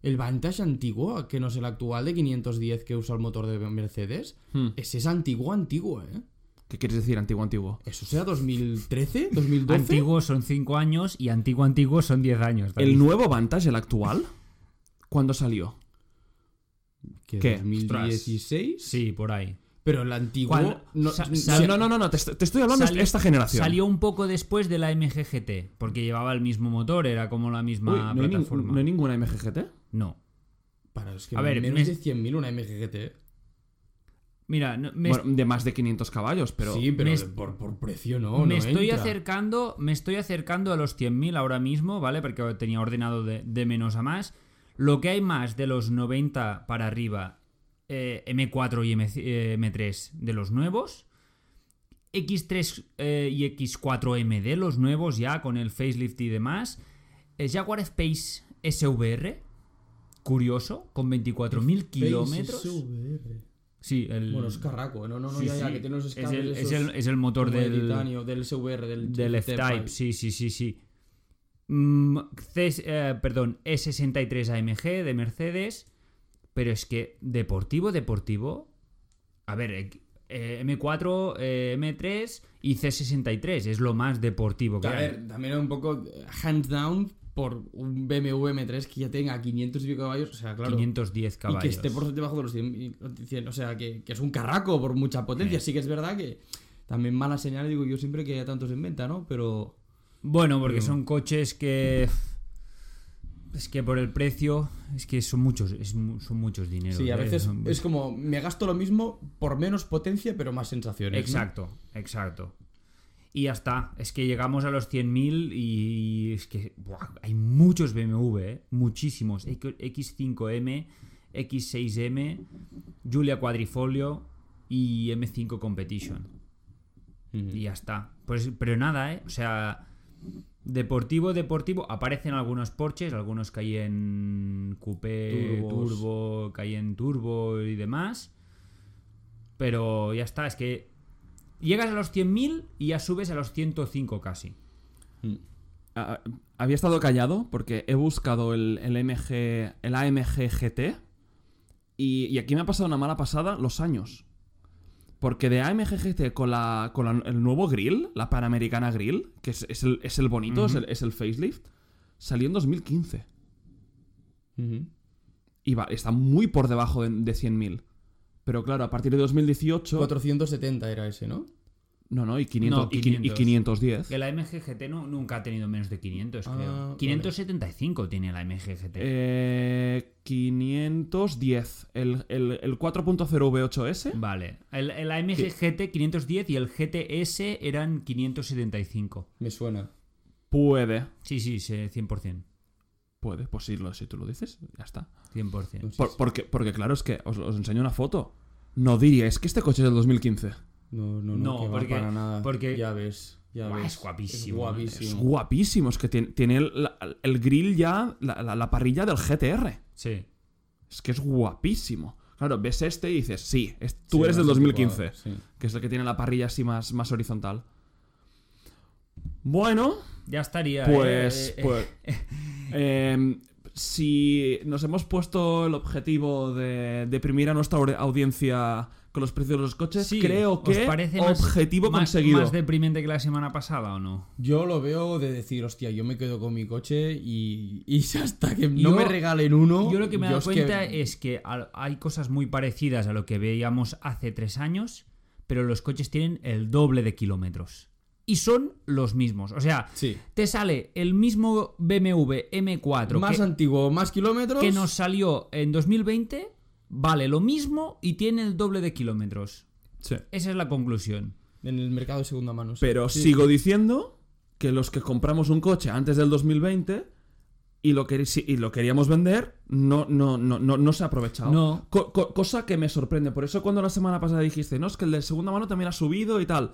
[SPEAKER 2] El Vantage antiguo, que no es el actual de 510 que usa el motor de Mercedes,
[SPEAKER 1] Hmm.
[SPEAKER 2] ese es antiguo, antiguo, ¿eh?
[SPEAKER 1] ¿Qué quieres decir antiguo, antiguo?
[SPEAKER 2] ¿Eso sea 2013? ¿2012?
[SPEAKER 3] Antiguo son 5 años y antiguo antiguo son 10 años. David.
[SPEAKER 1] ¿El nuevo Vantage, el actual? ¿Cuándo salió?
[SPEAKER 2] ¿Qué?
[SPEAKER 1] ¿Qué?
[SPEAKER 2] ¿2016?
[SPEAKER 3] Sí, por ahí.
[SPEAKER 2] Pero el antiguo...
[SPEAKER 3] ¿Cuál?
[SPEAKER 2] No,
[SPEAKER 3] Sa-
[SPEAKER 2] n-
[SPEAKER 3] sa-
[SPEAKER 2] sí,
[SPEAKER 1] no, no, no, no, te, est- te estoy hablando
[SPEAKER 3] Salió-
[SPEAKER 1] de esta generación.
[SPEAKER 3] Salió un poco después de la MGGT, porque llevaba el mismo motor, era como la
[SPEAKER 1] Uy,
[SPEAKER 3] misma
[SPEAKER 1] ¿no, hay nin-
[SPEAKER 3] plataforma.
[SPEAKER 1] no hay ninguna MGGT?
[SPEAKER 3] No.
[SPEAKER 2] Para, es que
[SPEAKER 3] A ver,
[SPEAKER 2] menos
[SPEAKER 3] me-
[SPEAKER 2] de 100.000 una MGGT. ¿eh?
[SPEAKER 3] Mira, no- me,
[SPEAKER 1] Bueno, de más de 500 caballos, pero...
[SPEAKER 2] sí, pero
[SPEAKER 3] me est-
[SPEAKER 2] por, por precio Oh, no, no
[SPEAKER 3] me estoy
[SPEAKER 2] entra.
[SPEAKER 3] acercando, me estoy acercando a los 100.000 ahora mismo, ¿vale? Porque tenía ordenado de, de menos a más. Lo que hay más de los 90 para arriba, eh, M4 y M, 3 de los nuevos. X3 eh, y X4MD, los nuevos ya con el facelift y demás. Eh, Jaguar Space SVR, curioso, con 24.000 kilómetros.
[SPEAKER 2] PSVR.
[SPEAKER 3] Sí, el,
[SPEAKER 2] Bueno, es carraco, ¿eh? no, no, no,
[SPEAKER 3] Sí,
[SPEAKER 2] ya, ya,
[SPEAKER 3] sí.
[SPEAKER 2] que tiene los
[SPEAKER 3] es, el,
[SPEAKER 2] escapes
[SPEAKER 3] es el-
[SPEAKER 2] esos
[SPEAKER 3] es el motor
[SPEAKER 2] como de
[SPEAKER 3] del,
[SPEAKER 2] titanio, del SVR, del,
[SPEAKER 3] del F-Type, sí, sí, sí, sí. Mm, C- eh, perdón, E63 AMG de Mercedes, pero es que deportivo, deportivo. A ver, eh, eh, M4, eh, M3 y C63 es lo más deportivo que
[SPEAKER 2] A
[SPEAKER 3] hay.
[SPEAKER 2] ver, también era un poco eh, hands down por un BMW M3 que ya tenga 500 y pico caballos, o sea, claro.
[SPEAKER 3] 510
[SPEAKER 2] y
[SPEAKER 3] caballos.
[SPEAKER 2] que esté por debajo de los 100, y- 100, o sea, que, que es un carraco por mucha potencia. Sí que es verdad que también mala señal, digo yo siempre que haya tantos en venta, ¿no? Pero
[SPEAKER 3] Bueno, porque
[SPEAKER 2] Pero-
[SPEAKER 3] son coches que. Es que por el precio, es que son muchos, es mu- son muchos dineros.
[SPEAKER 2] sí, a
[SPEAKER 3] ¿eh?
[SPEAKER 2] veces
[SPEAKER 3] Son-
[SPEAKER 2] es como me gasto lo mismo por menos potencia, pero más sensaciones. ¿no?
[SPEAKER 3] Exacto, exacto. Y ya está, es que llegamos a los 100.000 y es que buah, hay muchos BMW, ¿eh? muchísimos. X5M, X6M, Julia Quadrifolio y M5 Competition.
[SPEAKER 2] Mm.
[SPEAKER 3] Y ya está. Pues, pero nada, ¿eh? O sea, deportivo, deportivo. Aparecen algunos Porsches, algunos Cayenne Coupé,
[SPEAKER 2] Turbos.
[SPEAKER 3] Turbo, Cayenne Turbo y demás. Pero ya está, es que llegas a los 100.000 y ya subes a los 105 casi.
[SPEAKER 2] Mm.
[SPEAKER 1] Ah, había estado callado porque he buscado el, el MG, el AMG GT y, y aquí me ha pasado una mala pasada los años. Porque de AMG GT con, la, con la- el nuevo grill, la Panamericana Grill, que es, es el, es el bonito, es, el, es el facelift, salió en 2015.
[SPEAKER 2] Ujú.
[SPEAKER 1] Y va- está muy por debajo de, de 100.000. Pero claro, a partir de 2018...
[SPEAKER 2] 470 era ese, ¿no?
[SPEAKER 1] No, no, y, 500,
[SPEAKER 3] No,
[SPEAKER 1] y quin- y
[SPEAKER 3] 500.
[SPEAKER 1] 510.
[SPEAKER 3] Que la MGGT no, nunca ha tenido menos de 500,
[SPEAKER 2] Ah,
[SPEAKER 3] creo.
[SPEAKER 2] vale.
[SPEAKER 3] 575 tiene la MGGT.
[SPEAKER 1] Eh, 510. El, el, el 4.0 V8S.
[SPEAKER 3] Vale, el, el AMG GT 510 y el GTS eran 575.
[SPEAKER 2] Me suena.
[SPEAKER 1] Puede.
[SPEAKER 3] Sí, sí, sí, 100%.
[SPEAKER 1] Puede, pues sí, lo, si tú lo dices, ya está.
[SPEAKER 3] 100%.
[SPEAKER 1] Por- porque, porque claro, es que os, os enseño una foto. No diríais que este coche es del 2015.
[SPEAKER 2] No, no, no,
[SPEAKER 3] No,
[SPEAKER 2] que va
[SPEAKER 3] porque-
[SPEAKER 2] para nada.
[SPEAKER 3] porque-
[SPEAKER 2] ya ves, ya
[SPEAKER 3] Buah,
[SPEAKER 2] ves.
[SPEAKER 3] es guapísimo,
[SPEAKER 2] Es
[SPEAKER 1] Es
[SPEAKER 2] guapísimo.
[SPEAKER 1] guapísimo, es que tiene, tiene el, la- el grill ya, la, la- la parrilla del GTR.
[SPEAKER 3] Sí.
[SPEAKER 1] Es que es guapísimo. Claro, ves este y dices, sí, es- tú
[SPEAKER 2] Sí,
[SPEAKER 1] eres del
[SPEAKER 2] más
[SPEAKER 1] 2015.
[SPEAKER 2] anticuado, sí.
[SPEAKER 1] Que es el que tiene la parrilla así más, más horizontal. Bueno,
[SPEAKER 3] Ya estaría.
[SPEAKER 1] Pues,
[SPEAKER 3] eh, eh,
[SPEAKER 1] pues, (laughs) em, si nos hemos puesto el objetivo de deprimir a nuestra audi- audiencia con los precios de los coches,
[SPEAKER 3] sí,
[SPEAKER 1] creo
[SPEAKER 3] ¿os
[SPEAKER 1] que
[SPEAKER 3] parece más-
[SPEAKER 1] objetivo
[SPEAKER 3] más-
[SPEAKER 1] conseguido.
[SPEAKER 3] Más deprimente que la semana pasada o no?
[SPEAKER 2] Yo lo veo de decir, hostia, yo me quedo con mi coche y, y si hasta que no
[SPEAKER 3] Yo-
[SPEAKER 2] me regalen uno.
[SPEAKER 3] Yo lo que me he dado
[SPEAKER 2] es que-
[SPEAKER 3] cuenta es que al- hay cosas muy parecidas a lo que veíamos hace tres años, pero los coches tienen el doble de kilómetros. Y son los mismos. O sea,
[SPEAKER 2] Sí.
[SPEAKER 3] te sale el mismo BMW M4
[SPEAKER 2] Más
[SPEAKER 3] que,
[SPEAKER 2] antiguo, más kilómetros.
[SPEAKER 3] que nos salió en 2020, vale lo mismo y tiene el doble de kilómetros.
[SPEAKER 1] Sí.
[SPEAKER 3] Esa es la conclusión.
[SPEAKER 2] En el mercado de segunda mano. sí.
[SPEAKER 1] Pero
[SPEAKER 2] Sí.
[SPEAKER 1] sigo diciendo que los que compramos un coche antes del 2020 y lo, queri- si- y lo queríamos vender, no, no, no, no, no se ha aprovechado.
[SPEAKER 3] No.
[SPEAKER 1] Co- co- cosa que me sorprende. Por eso cuando la semana pasada dijiste, no, es que el de segunda mano también ha subido y tal.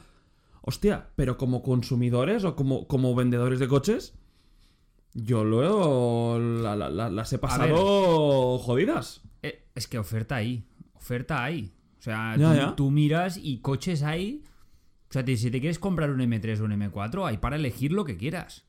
[SPEAKER 1] Hostia, pero como consumidores o como, como vendedores de coches, yo luego la- la- la- las he pasado jodidas.
[SPEAKER 3] Eh, es que oferta hay. Oferta hay. O sea,
[SPEAKER 1] Ya,
[SPEAKER 3] tú,
[SPEAKER 1] ya.
[SPEAKER 3] tú miras y coches hay. O sea, te- si te quieres comprar un M3 o un M4, hay para elegir lo que quieras.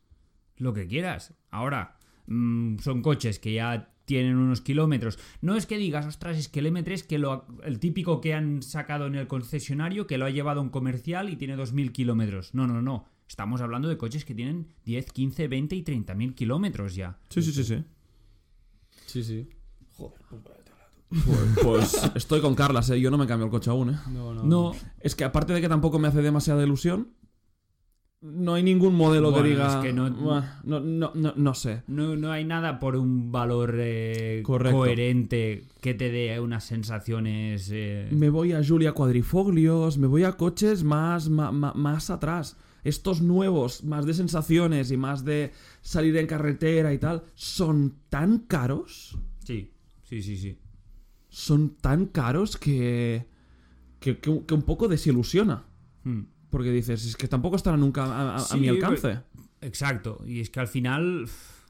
[SPEAKER 3] Lo que quieras. Ahora, mm, son coches que ya tienen unos kilómetros. No es que digas, ostras, es que el M3, que lo, ha- el típico que han sacado en el concesionario, que lo ha llevado a un comercial y tiene 2.000 kilómetros. No, no, no. Estamos hablando de coches que tienen 10, 15, 20 y 30.000 kilómetros ya.
[SPEAKER 1] Sí, sí, sí, sí.
[SPEAKER 2] Sí, sí. Joder, puta.
[SPEAKER 1] Pues estoy con Carlas, ¿eh? Yo no me cambio el coche aún, ¿eh?
[SPEAKER 2] No, no.
[SPEAKER 3] No,
[SPEAKER 1] Es que aparte de que tampoco me hace demasiada ilusión, no hay ningún modelo
[SPEAKER 3] Bueno,
[SPEAKER 1] que diga...
[SPEAKER 3] es que no-
[SPEAKER 1] "Buah, no, no, no, no sé.
[SPEAKER 3] No, no hay nada por un valor eh,
[SPEAKER 1] Correcto.
[SPEAKER 3] coherente que te dé unas sensaciones. eh,
[SPEAKER 1] Me voy a Julia Cuadrifoglios, me voy a coches más, ma- ma- más atrás. Estos nuevos, más de sensaciones y más de salir en carretera y tal, son tan caros.
[SPEAKER 3] Sí, sí, sí, sí.
[SPEAKER 1] Son tan caros que. que, que- que un poco desilusiona.
[SPEAKER 3] Hmm.
[SPEAKER 1] Porque dices, es que tampoco estará nunca a, a- a
[SPEAKER 3] Sí,
[SPEAKER 1] mi
[SPEAKER 3] pero-
[SPEAKER 1] alcance.
[SPEAKER 3] Exacto. Y es que al final. uf,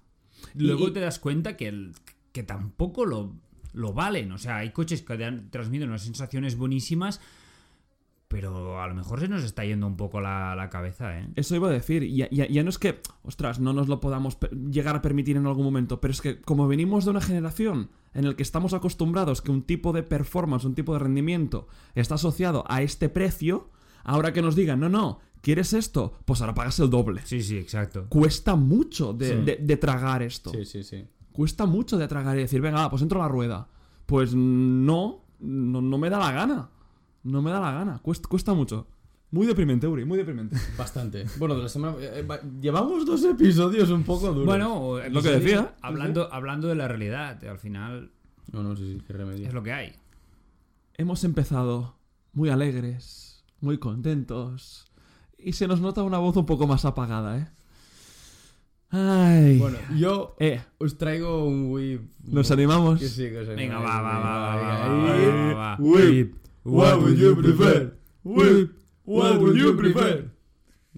[SPEAKER 3] Luego
[SPEAKER 1] y-
[SPEAKER 3] te das cuenta que, el- que tampoco lo, lo valen. O sea, hay coches que te han- transmiten unas sensaciones buenísimas. Pero a lo mejor se nos está yendo un poco la, la cabeza, ¿eh?
[SPEAKER 1] Eso iba a decir. Ya, ya- ya no es que, ostras, no nos lo podamos per- llegar a permitir en algún momento, pero es que como venimos de una generación en la que estamos acostumbrados que un tipo de performance, un tipo de rendimiento está asociado a este precio, ahora que nos digan, no, no, ¿quieres esto? Pues ahora pagas el doble.
[SPEAKER 3] Sí, sí, exacto.
[SPEAKER 1] Cuesta mucho de,
[SPEAKER 3] Sí.
[SPEAKER 1] de- de tragar esto.
[SPEAKER 2] Sí, sí, sí.
[SPEAKER 1] Cuesta mucho de tragar y decir, venga, va, pues entro a la rueda. Pues no, no, no me da la gana. No me da la gana. Cuesta, cuesta mucho. Muy deprimente, Uri, muy deprimente.
[SPEAKER 2] Bastante. Bueno, de la semana. eh, va- llevamos dos episodios un poco duros.
[SPEAKER 1] (laughs)
[SPEAKER 3] Bueno,
[SPEAKER 1] lo que
[SPEAKER 3] episodios-
[SPEAKER 1] decía.
[SPEAKER 3] Hablando, hablando de la realidad, al final
[SPEAKER 2] No, no, sí, sí, qué remedio.
[SPEAKER 3] es lo que hay.
[SPEAKER 1] Hemos empezado muy alegres, muy contentos. Y se nos nota una voz un poco más apagada, ¿eh? Ay.
[SPEAKER 2] Bueno, yo
[SPEAKER 1] Eh,
[SPEAKER 2] os traigo un whip.
[SPEAKER 1] nos animamos.
[SPEAKER 2] Que sí, que os
[SPEAKER 3] Venga,
[SPEAKER 2] animáis,
[SPEAKER 3] va, va,
[SPEAKER 2] venga,
[SPEAKER 3] va,
[SPEAKER 2] venga,
[SPEAKER 3] va,
[SPEAKER 2] venga.
[SPEAKER 3] va,
[SPEAKER 2] Ahí.
[SPEAKER 3] va, va, va.
[SPEAKER 2] Whip,
[SPEAKER 3] what would you prefer?
[SPEAKER 1] Whip,
[SPEAKER 2] what would you prefer?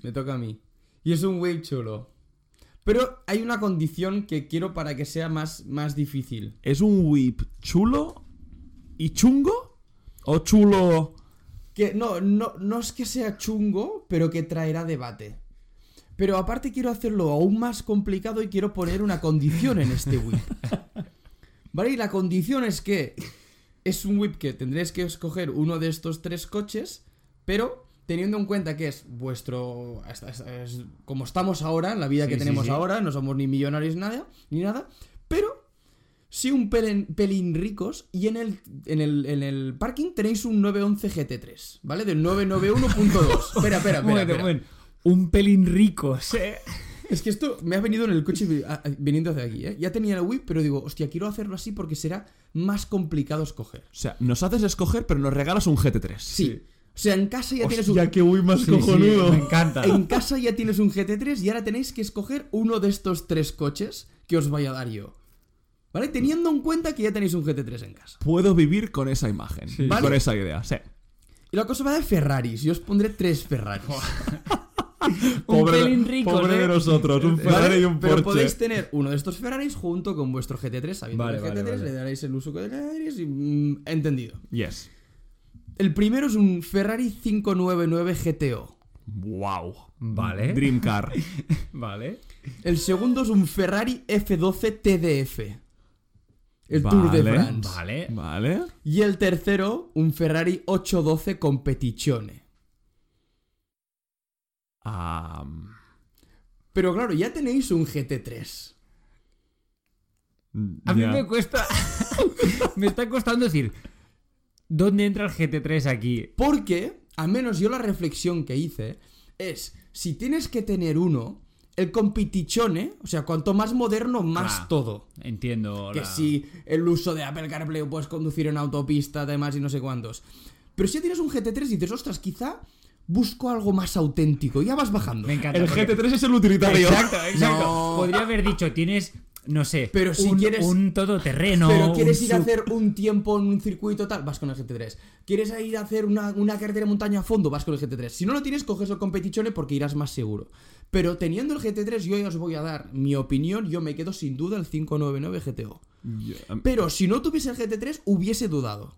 [SPEAKER 2] Me toca a mí. Y es un whip chulo. Pero hay una condición que quiero para que sea más, más difícil.
[SPEAKER 1] ¿Es un whip chulo y chungo? ¿O chulo?
[SPEAKER 2] Que no, no, no es que sea chungo, pero que traerá debate. Pero aparte quiero hacerlo aún más complicado y quiero poner una condición en
[SPEAKER 3] (laughs)
[SPEAKER 2] este whip. ¿Vale? Y la condición es que es un whip que tendréis que escoger uno de estos tres coches, pero teniendo en cuenta que es vuestro... es- es- es como estamos ahora, la vida
[SPEAKER 3] Sí,
[SPEAKER 2] que
[SPEAKER 3] sí,
[SPEAKER 2] tenemos
[SPEAKER 3] sí.
[SPEAKER 2] ahora, no somos ni millonarios nada, ni nada, pero sí un pelin, pelín ricos y en el, en, el, en el parking tenéis un 911 GT3, ¿vale? Del 991.2. espera, espera, espera. espera.
[SPEAKER 3] Un
[SPEAKER 1] (laughs)
[SPEAKER 3] pelín ricos,
[SPEAKER 2] Es que esto me ha venido en el coche vi- a- a- viniendo hacia aquí, ¿eh? Ya tenía la Wii, pero digo, hostia, quiero hacerlo así porque será más complicado escoger.
[SPEAKER 1] O sea, nos haces escoger, pero nos regalas un GT3.
[SPEAKER 2] Sí. O sea, en casa ya tienes un...
[SPEAKER 1] Ya que whip más
[SPEAKER 3] me encanta.
[SPEAKER 2] En casa ya tienes un GT3 y ahora tenéis que escoger uno de estos tres coches que os vaya a dar yo. ¿Vale? Teniendo en cuenta que ya tenéis un GT3 en casa.
[SPEAKER 1] Puedo vivir con esa imagen, y
[SPEAKER 2] Vale.
[SPEAKER 1] con esa idea. Sí.
[SPEAKER 2] Y la cosa va de Ferraris. Yo os pondré tres Ferraris.
[SPEAKER 3] un
[SPEAKER 1] de-
[SPEAKER 3] pelín rico,
[SPEAKER 1] pobre de
[SPEAKER 3] ¿eh?
[SPEAKER 1] nosotros, un
[SPEAKER 2] ¿Vale?
[SPEAKER 1] Ferrari y un
[SPEAKER 2] Pero
[SPEAKER 1] Porsche.
[SPEAKER 2] podéis tener uno de estos Ferraris junto con vuestro GT3. Sabiendo
[SPEAKER 3] Vale,
[SPEAKER 2] que el
[SPEAKER 3] vale,
[SPEAKER 2] GT3
[SPEAKER 3] vale.
[SPEAKER 2] le daréis el uso que le daréis y... mm, entendido.
[SPEAKER 1] Yes.
[SPEAKER 2] El primero es un Ferrari 599 GTO.
[SPEAKER 1] Wow.
[SPEAKER 3] Vale.
[SPEAKER 1] Dream car.
[SPEAKER 3] Vale.
[SPEAKER 2] El segundo es un Ferrari F12 TDF. El
[SPEAKER 1] Vale,
[SPEAKER 2] Tour de France.
[SPEAKER 3] Vale.
[SPEAKER 1] Vale.
[SPEAKER 2] Y el tercero, un Ferrari 812 Competizione.
[SPEAKER 1] Am,
[SPEAKER 2] Pero claro, ya tenéis un GT3.
[SPEAKER 3] A mí
[SPEAKER 1] ya.
[SPEAKER 3] me cuesta. (laughs) me está costando decir. ¿Dónde entra el GT3 aquí?
[SPEAKER 2] Porque, al menos yo la reflexión que hice, es, si tienes que tener uno, el Competizione, o sea, cuanto más moderno, más
[SPEAKER 3] Ah.
[SPEAKER 2] todo.
[SPEAKER 3] Entiendo.
[SPEAKER 2] que
[SPEAKER 3] la-
[SPEAKER 2] si el uso de Apple CarPlay o puedes conducir en autopista, además, y no sé cuántos. Pero si ya tienes un GT3 y dices, ostras, quizá busco algo más auténtico. Ya vas bajando.
[SPEAKER 3] Me encanta.
[SPEAKER 1] El
[SPEAKER 3] porque-
[SPEAKER 1] GT3 es el utilitario.
[SPEAKER 3] Exacto, exacto.
[SPEAKER 2] No.
[SPEAKER 3] Podría haber dicho, tienes, no sé,
[SPEAKER 2] Pero si
[SPEAKER 3] un,
[SPEAKER 2] quieres-
[SPEAKER 3] un todoterreno.
[SPEAKER 2] Pero quieres
[SPEAKER 3] un
[SPEAKER 2] ir a
[SPEAKER 3] sub-
[SPEAKER 2] hacer un tiempo en un circuito tal, vas con el GT3. Quieres ir a hacer una, una carretera de montaña a fondo, vas con el GT3. Si no lo tienes, coges el Competizione porque irás más seguro. Pero teniendo el GT3, yo ya os voy a dar mi opinión. Yo me quedo sin duda el 599 GTO.
[SPEAKER 1] Ya,
[SPEAKER 2] Pero si no tuviese el GT3, hubiese dudado.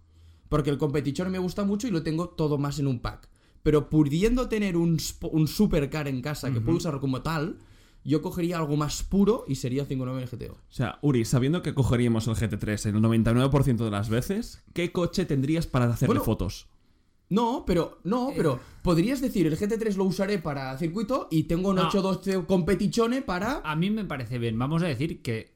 [SPEAKER 2] Porque el Competition me gusta mucho y lo tengo todo más en un pack. Pero pudiendo tener un, sp- un supercar en casa que puedo usarlo como tal, yo cogería algo más puro y sería 5.9 el GTO.
[SPEAKER 1] O sea, Uri, sabiendo que cogeríamos el GT3 en el 99% de las veces, ¿qué coche tendrías para hacerle
[SPEAKER 2] Bueno,
[SPEAKER 1] fotos?
[SPEAKER 2] No, pero,
[SPEAKER 3] Eh.
[SPEAKER 2] no, pero podrías decir, el GT3 lo usaré para circuito y tengo un
[SPEAKER 3] No. Ah.
[SPEAKER 2] 8.2 competichone para...
[SPEAKER 3] A mí me parece bien. Vamos a decir que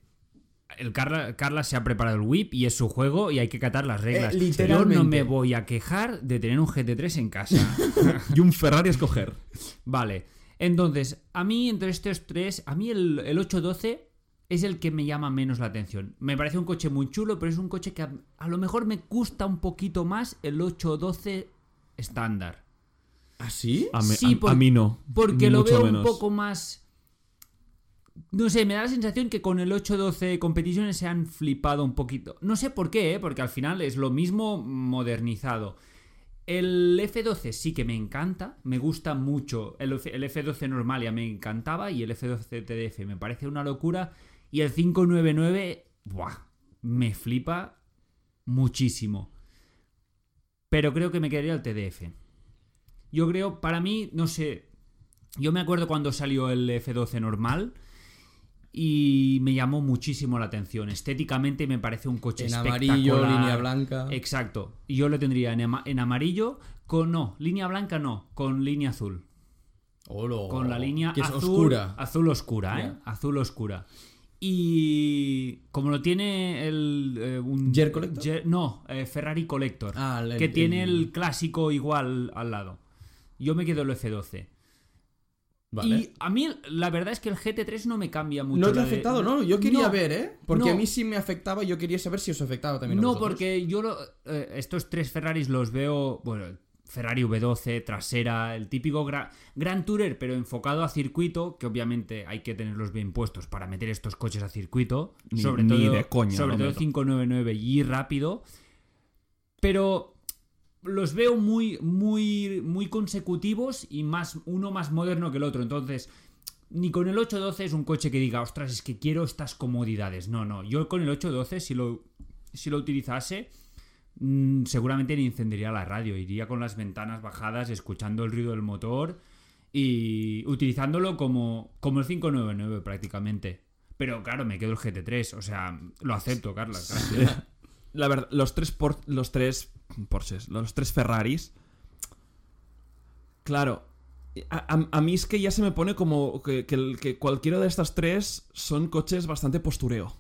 [SPEAKER 3] el Carla, Carla se ha preparado el whip y es su juego y hay que catar las reglas.
[SPEAKER 2] literalmente.
[SPEAKER 3] Yo no me voy a quejar de tener un GT3 en casa.
[SPEAKER 1] Y un Ferrari a escoger.
[SPEAKER 3] vale. Entonces, a mí entre estos tres, a mí el, el 812 es el que me llama menos la atención. Me parece un coche muy chulo, pero es un coche que a, a lo mejor me gusta un poquito más el 812 estándar.
[SPEAKER 2] ¿Así?
[SPEAKER 1] A, me-
[SPEAKER 3] Sí,
[SPEAKER 1] a-
[SPEAKER 3] por-
[SPEAKER 1] a mí no.
[SPEAKER 3] Porque
[SPEAKER 1] ni
[SPEAKER 3] lo
[SPEAKER 1] mucho
[SPEAKER 3] veo
[SPEAKER 1] menos.
[SPEAKER 3] un poco más. No sé, me da la sensación que con el 8-12 competiciones se han flipado un poquito. No sé por qué, ¿eh? porque al final es lo mismo modernizado. El F12 sí que me encanta, me gusta mucho. El, F- el F12 normal ya me encantaba y el F12 TDF me parece una locura. Y el 599, ¡buah! Me flipa muchísimo. Pero creo que me quedaría el TDF. Yo creo, para mí, no sé. Yo me acuerdo cuando salió el F12 normal y me llamó muchísimo la atención. Estéticamente me parece un coche
[SPEAKER 2] En
[SPEAKER 3] espectacular. Eh,
[SPEAKER 2] amarillo, línea blanca.
[SPEAKER 3] Exacto. Y yo lo tendría en, ama- en amarillo con no, línea blanca no, con línea azul.
[SPEAKER 2] Olo.
[SPEAKER 3] Con la línea
[SPEAKER 2] Oh, que es
[SPEAKER 3] azul,
[SPEAKER 2] oscura.
[SPEAKER 3] Azul oscura, ¿eh?
[SPEAKER 2] Ya.
[SPEAKER 3] Azul oscura. Y como lo tiene el... eh, un,
[SPEAKER 2] ¿Yer Collector?
[SPEAKER 3] Yer- no, eh, Ferrari Collector.
[SPEAKER 2] Ah, el-
[SPEAKER 3] que
[SPEAKER 2] el-
[SPEAKER 3] tiene
[SPEAKER 2] el-
[SPEAKER 3] el... clásico igual al lado. Yo me quedo el F12.
[SPEAKER 2] Vale.
[SPEAKER 3] Y a mí la verdad es que el GT3 no me cambia mucho.
[SPEAKER 2] No te
[SPEAKER 3] la
[SPEAKER 2] ha
[SPEAKER 3] de-
[SPEAKER 2] afectado, ¿no? Yo quería
[SPEAKER 3] No.
[SPEAKER 2] ver, ¿eh? Porque
[SPEAKER 3] No.
[SPEAKER 2] a mí sí me afectaba y yo quería saber si os afectaba también. a
[SPEAKER 3] No,
[SPEAKER 2] vosotros.
[SPEAKER 3] porque yo lo- eh, estos tres Ferraris los veo, bueno, el Ferrari V12, trasera, el típico gra- Gran Tourer, pero enfocado a circuito, que obviamente hay que tenerlos bien puestos para meter estos coches a circuito,
[SPEAKER 1] Ni-
[SPEAKER 3] sobre
[SPEAKER 1] ni
[SPEAKER 3] todo
[SPEAKER 1] de coña
[SPEAKER 3] sobre
[SPEAKER 1] lo
[SPEAKER 3] todo
[SPEAKER 1] meto.
[SPEAKER 3] 599 y rápido, pero los veo muy muy muy consecutivos y más uno más moderno que el otro, entonces ni con el 812 es un coche que diga, ostras, es que quiero estas comodidades. No, no. Yo con el 812, si lo, si lo utilizase, mm, seguramente ni encendería la radio. Iría con las ventanas bajadas, escuchando el ruido del motor y utilizándolo como, como el 599 prácticamente. Pero claro, me quedo el GT3. O sea, lo acepto, Carla. gracias.
[SPEAKER 1] La verdad, los tres por, los tres Porsches, los tres Ferraris. Claro, a, a- a mí es que ya se me pone como que, que el- que cualquiera de estas tres son coches bastante postureo.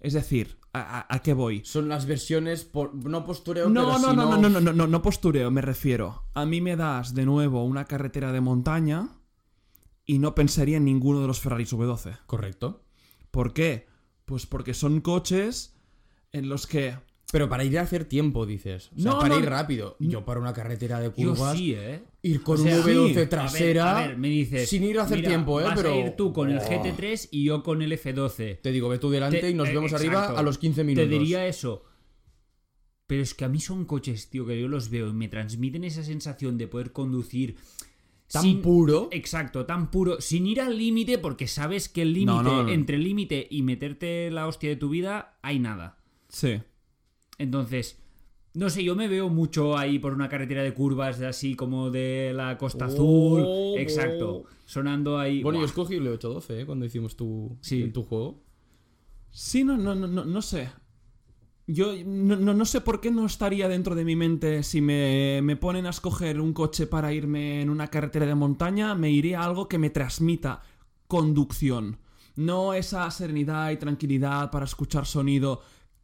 [SPEAKER 1] Es decir, ¿a, a- a qué voy?
[SPEAKER 2] Son las versiones por... no postureo,
[SPEAKER 1] No,
[SPEAKER 2] pero
[SPEAKER 1] no,
[SPEAKER 2] si
[SPEAKER 1] no, no, no, no, no, no, no postureo, me refiero. A mí me das de nuevo una carretera de montaña y no pensaría en ninguno de los Ferraris V12.
[SPEAKER 2] Correcto.
[SPEAKER 1] ¿Por qué? Pues porque son coches en los que
[SPEAKER 2] Pero para ir a hacer tiempo, dices. O sea,
[SPEAKER 1] No,
[SPEAKER 2] para
[SPEAKER 1] no.
[SPEAKER 2] ir rápido. Yo para una carretera de
[SPEAKER 3] Yo
[SPEAKER 2] curvas.
[SPEAKER 3] sí, ¿eh?
[SPEAKER 2] Ir con
[SPEAKER 1] O sea,
[SPEAKER 2] un V12
[SPEAKER 1] sí.
[SPEAKER 2] trasera.
[SPEAKER 3] A ver, a ver, me dices.
[SPEAKER 2] Sin ir a hacer
[SPEAKER 3] "Mira,
[SPEAKER 2] tiempo, ¿eh?
[SPEAKER 3] vas
[SPEAKER 2] pero.
[SPEAKER 3] a ir tú con el
[SPEAKER 2] Oh.
[SPEAKER 3] GT3 y yo con el F12.
[SPEAKER 2] Te digo, ve tú delante
[SPEAKER 3] Te-
[SPEAKER 2] y nos
[SPEAKER 3] eh,
[SPEAKER 2] vemos arriba
[SPEAKER 3] exacto.
[SPEAKER 2] a los 15 minutos.
[SPEAKER 3] Te diría eso. Pero es que a mí son coches, tío, que yo los veo y me transmiten esa sensación de poder conducir.
[SPEAKER 2] Tan
[SPEAKER 3] sin-
[SPEAKER 2] puro.
[SPEAKER 3] Exacto, tan puro. Sin ir al límite, porque sabes que el límite,
[SPEAKER 1] No, no, no.
[SPEAKER 3] entre el límite y meterte la hostia de tu vida, hay nada.
[SPEAKER 1] Sí.
[SPEAKER 3] Entonces, no sé, yo me veo mucho ahí por una carretera de curvas, de así como de la Costa Azul.
[SPEAKER 2] Oh.
[SPEAKER 3] Exacto. Sonando ahí.
[SPEAKER 2] Bueno, yo
[SPEAKER 3] Buah.
[SPEAKER 2] escogí el 812, ¿eh? Cuando hicimos tu,
[SPEAKER 3] Sí.
[SPEAKER 2] en tu juego.
[SPEAKER 1] Sí, no, no, no, no, no sé. Yo no, no, no sé por qué no estaría dentro de mi mente si me, me ponen a escoger un coche para irme en una carretera de montaña, me iría a algo que me transmita conducción. No esa serenidad y tranquilidad para escuchar sonido.